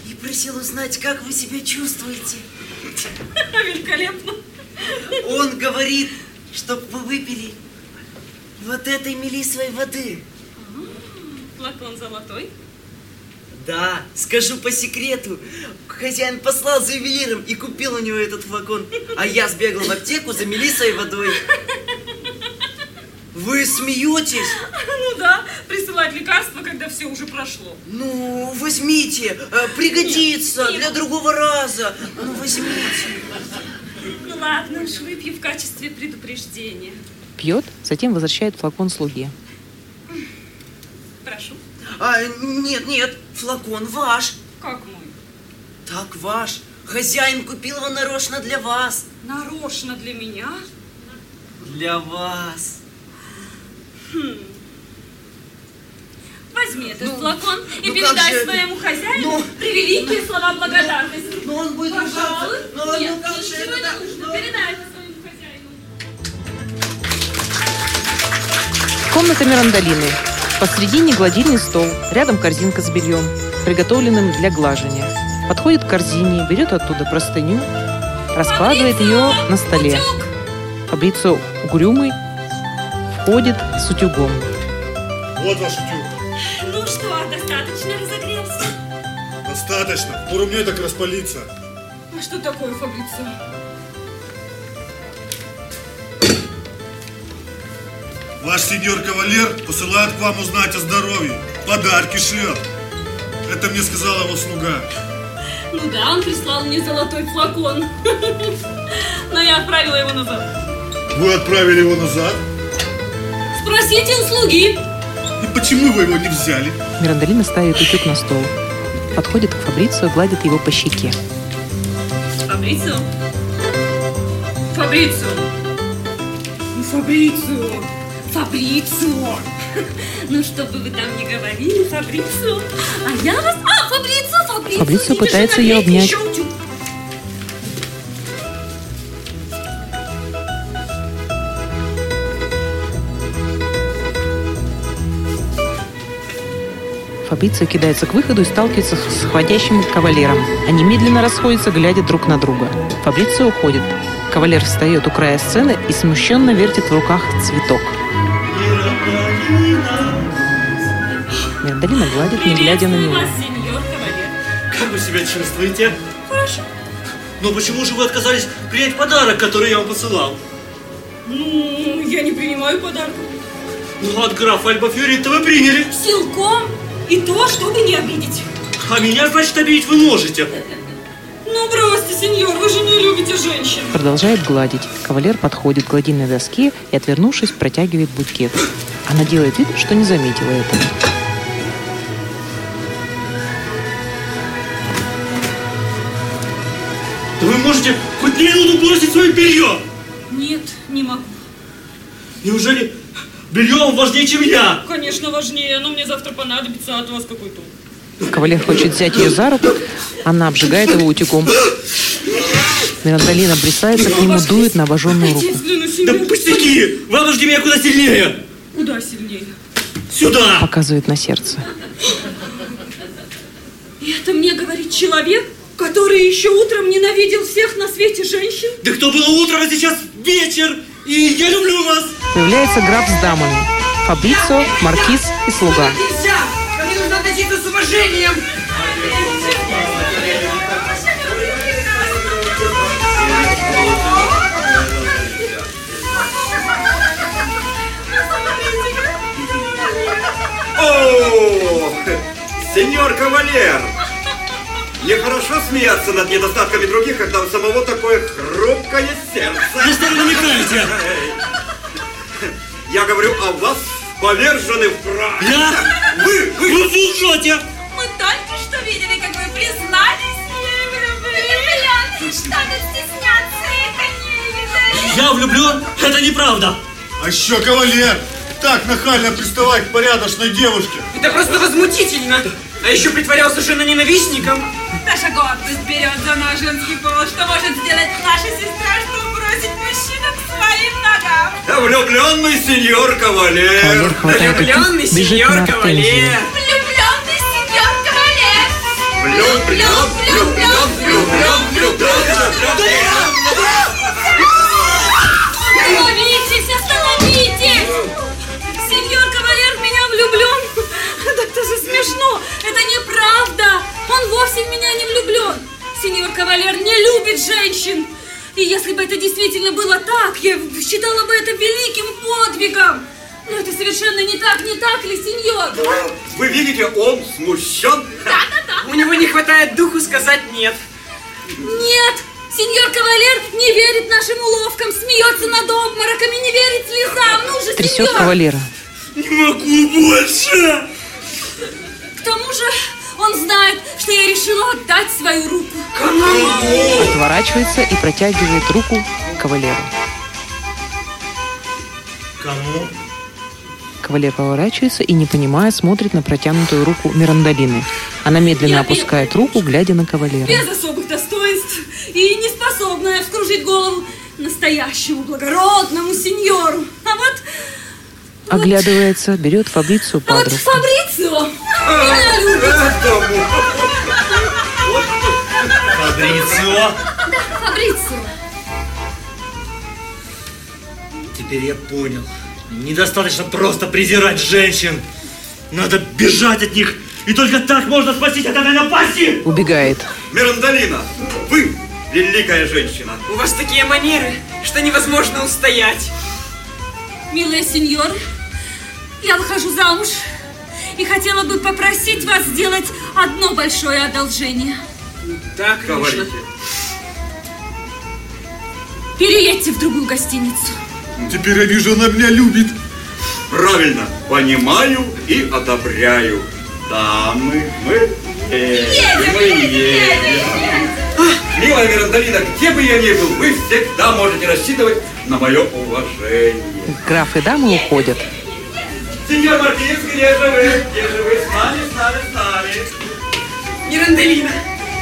[SPEAKER 2] и просил узнать, как вы себя чувствуете.
[SPEAKER 7] Великолепно.
[SPEAKER 2] Он говорит, чтоб вы выпили вот этой мелисовой воды.
[SPEAKER 7] Флакон золотой.
[SPEAKER 2] Да, скажу по секрету, хозяин послал за ювелиром и купил у него этот флакон, а я сбегал в аптеку за мелисой водой. Вы смеетесь?
[SPEAKER 7] Ну да, присылать лекарства, когда все уже прошло.
[SPEAKER 2] Ну, возьмите, э, пригодится
[SPEAKER 7] Нет, нет.
[SPEAKER 2] для другого раза. Ну, возьмите.
[SPEAKER 7] Ну ладно уж, выпью в качестве предупреждения.
[SPEAKER 1] Пьет, затем возвращает флакон слуге.
[SPEAKER 7] Прошу.
[SPEAKER 2] А, нет, нет, флакон ваш.
[SPEAKER 7] Как мой?
[SPEAKER 2] Так ваш. Хозяин купил его нарочно для вас.
[SPEAKER 7] Нарочно для меня?
[SPEAKER 2] Для вас.
[SPEAKER 7] Хм. Возьми этот
[SPEAKER 2] Ну,
[SPEAKER 7] флакон и
[SPEAKER 2] ну как
[SPEAKER 7] передай
[SPEAKER 2] же это?
[SPEAKER 7] своему хозяину
[SPEAKER 2] Ну,
[SPEAKER 7] превеликие слова благодарности.
[SPEAKER 2] Но Ну, он будет
[SPEAKER 7] Пожалуй,
[SPEAKER 2] ругаться. Но он
[SPEAKER 7] нет,
[SPEAKER 2] ну как же
[SPEAKER 7] ничего
[SPEAKER 2] это так?
[SPEAKER 7] не нужно,
[SPEAKER 2] Ну,
[SPEAKER 7] передай это своему хозяину.
[SPEAKER 1] Комната Мирандалины. Посредине гладильный стол, рядом корзинка с бельем, приготовленным для глажения. Подходит к корзине, берет оттуда простыню, раскладывает ее на столе. Фабрицио угрюмый входит с утюгом.
[SPEAKER 4] Вот ваш утюг.
[SPEAKER 7] Ну что, достаточно разогрелся?
[SPEAKER 4] Достаточно. Скоро мне так распалиться.
[SPEAKER 7] А что такое Фабрицио?
[SPEAKER 4] Ваш сеньор-кавалер посылает к вам узнать о здоровье. Подарки шлет. Это мне сказала его слуга.
[SPEAKER 7] Ну да, он прислал мне золотой флакон. Но я отправила его назад.
[SPEAKER 4] Вы отправили его назад?
[SPEAKER 7] Спросите у слуги.
[SPEAKER 4] И почему вы его не взяли?
[SPEAKER 1] Мирандалина ставит утюг на стол. Подходит к Фабрицио, гладит его по щеке.
[SPEAKER 7] Фабрицио? Фабрицио! Ну, Фабрицио! Фабрицио! Ну, что бы вы там ни говорили, Фабрицио, а я вас... А, Фабрицио, Фабрицио!
[SPEAKER 1] Фабрицио
[SPEAKER 7] не
[SPEAKER 1] пытается
[SPEAKER 7] держи,
[SPEAKER 1] её
[SPEAKER 7] нагрейте
[SPEAKER 1] обнять.
[SPEAKER 7] ещё утюг.
[SPEAKER 1] Фабрицио кидается к выходу и сталкивается с хватящим кавалером. Они медленно расходятся, глядя друг на друга. Фабрицио уходит. Кавалер встает у края сцены и смущенно вертит в руках цветок. Мирандалина гладит, не глядя на него.
[SPEAKER 7] сеньор кавалер.
[SPEAKER 3] Как вы себя чувствуете? Хорошо. Но почему же вы отказались принять подарок, который я вам посылал?
[SPEAKER 7] Ну, я не принимаю подарков.
[SPEAKER 3] Ну, от графа Альба Фьюрита вы приняли,
[SPEAKER 7] Силком и то, чтобы не обидеть.
[SPEAKER 3] а меня, значит, обидеть вы можете.
[SPEAKER 7] Ну, бросьте, сеньор, вы же не любите женщин.
[SPEAKER 1] Продолжает гладить. Кавалер подходит к гладильной доске и, отвернувшись, протягивает букет. Она делает вид, что не заметила этого.
[SPEAKER 3] Да вы можете хоть на минуту бросить свое белье!
[SPEAKER 7] Нет, не могу.
[SPEAKER 3] Неужели
[SPEAKER 6] Белье вам важнее, чем я.
[SPEAKER 9] Конечно, важнее. Оно мне завтра понадобится, а от вас какой то
[SPEAKER 1] Кавалер хочет взять ее за руку, она обжигает его утюгом. Мирандолин обрисается к нему, дует на обожженную руку.
[SPEAKER 6] Да пустяки! Выложите меня куда сильнее!
[SPEAKER 9] Куда сильнее?
[SPEAKER 6] Сюда!
[SPEAKER 1] Показывает на сердце.
[SPEAKER 9] И это мне говорит человек, который еще утром ненавидел всех на свете женщин?
[SPEAKER 6] Да кто было утром, а сейчас вечер! И я люблю вас!
[SPEAKER 1] Появляется граф с дамами. Фабрицио, маркиз и слуга.
[SPEAKER 2] Нельзя! Ко мне нужно относиться с уважением!
[SPEAKER 3] О, сеньор кавалер! Нехорошо смеяться над недостатками других, когда у самого такое хрупкое сердце.
[SPEAKER 6] Ну что вы намекаете?
[SPEAKER 3] Я говорю о вас, повержены в прах.
[SPEAKER 6] Я?
[SPEAKER 3] Вы, вы!
[SPEAKER 6] Вы лжете!
[SPEAKER 7] Мы только что видели, как вы признались ей в любви. Что тут стесняться это не
[SPEAKER 6] Я влюблен? Это неправда!
[SPEAKER 4] А еще кавалер! Так нахально приставать к порядочной девушке!
[SPEAKER 2] Это просто возмутительно! А еще притворялся жена ненавистником!
[SPEAKER 7] Наша гордость берет за наш женский пол. Что может сделать наша сестра, чтобы бросить мужчину к своим ногам?
[SPEAKER 3] Влюбленный сеньор
[SPEAKER 1] Кавалер
[SPEAKER 3] кавалер.
[SPEAKER 1] хватает утюг,
[SPEAKER 2] Влюбленный
[SPEAKER 1] бежит
[SPEAKER 2] сеньор
[SPEAKER 1] на
[SPEAKER 2] кавалер!
[SPEAKER 1] артензию.
[SPEAKER 7] Влюбленный сеньор кавалер!
[SPEAKER 3] Влюблен, влюблен, влюблен, влюблен,
[SPEAKER 7] Остановитесь, остановитесь! Сеньор кавалер в меня влюблен! Да это же смешно! Это неправда! Он вовсе в меня не влюблен! Сеньор кавалер не любит женщин! И если бы это действительно было так, я считала бы это великим подвигом! Но это совершенно не так, не так ли, сеньор?
[SPEAKER 3] Вы видите, он смущен.
[SPEAKER 2] У него не хватает духу сказать «нет».
[SPEAKER 7] Нет! Сеньор кавалер не верит нашим уловкам, смеется над обмороками, не верит слезам. Ну же,
[SPEAKER 1] Трясет
[SPEAKER 7] сеньор!
[SPEAKER 1] кавалера.
[SPEAKER 6] Не могу больше!
[SPEAKER 7] К тому же он знает, что я решила отдать свою руку.
[SPEAKER 1] Отворачивается и протягивает руку кавалеру.
[SPEAKER 6] Кому?
[SPEAKER 1] Кавалер поворачивается и, не понимая, смотрит на протянутую руку Мирандолины. Она медленно опускает руку, глядя на кавалера.
[SPEAKER 7] Без особых достоинств и не способная вскружить голову настоящему благородному сеньору. А вот,
[SPEAKER 1] Оглядывается, берет Фабрицию
[SPEAKER 7] а
[SPEAKER 1] под
[SPEAKER 7] вот
[SPEAKER 1] руку.
[SPEAKER 7] Фабрицио меня любит.
[SPEAKER 6] Фабрицио!
[SPEAKER 7] Фабрицио.
[SPEAKER 6] Теперь я понял. Недостаточно просто презирать женщин. Надо бежать от них. И только так можно спасти от этой напасти!
[SPEAKER 1] Убегает.
[SPEAKER 3] Мирандолина, вы великая женщина.
[SPEAKER 2] У вас такие манеры, что невозможно устоять.
[SPEAKER 7] Милые сеньоры, я выхожу замуж и хотела бы попросить вас сделать одно большое одолжение.
[SPEAKER 2] Да, конечно.
[SPEAKER 3] Говорите.
[SPEAKER 7] Переедьте в другую гостиницу.
[SPEAKER 4] Теперь я вижу, она меня любит.
[SPEAKER 3] Правильно, понимаю и одобряю. Дамы, мы едем, мы едем. А, Милая Мирандолина, где бы я ни был, вы всегда можете рассчитывать на мое уважение.
[SPEAKER 1] Граф и дамы уходят.
[SPEAKER 3] Сеньор Маркиз, где же вы? Где же вы? С нами, с нами, с нами.
[SPEAKER 2] Миранделина,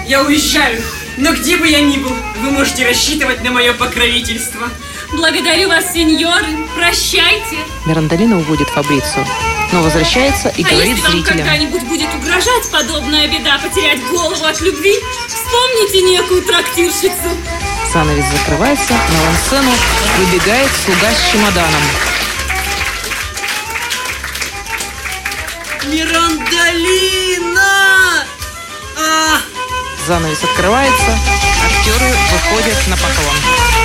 [SPEAKER 2] я уезжаю. Но где бы я ни был, вы можете рассчитывать на мое покровительство.
[SPEAKER 7] Благодарю вас, сеньоры. Прощайте.
[SPEAKER 1] Мирандолина уводит Фабрицию, но возвращается и
[SPEAKER 7] а
[SPEAKER 1] говорит
[SPEAKER 7] если вам
[SPEAKER 1] зрителям.
[SPEAKER 7] когда-нибудь будет угрожать подобная беда, потерять голову от любви, вспомните некую трактирщицу.
[SPEAKER 1] Занавес закрывается, на сцену выбегает слуга с чемоданом.
[SPEAKER 12] Мирандалина! А!
[SPEAKER 1] Занавес открывается, актеры выходят на поклон.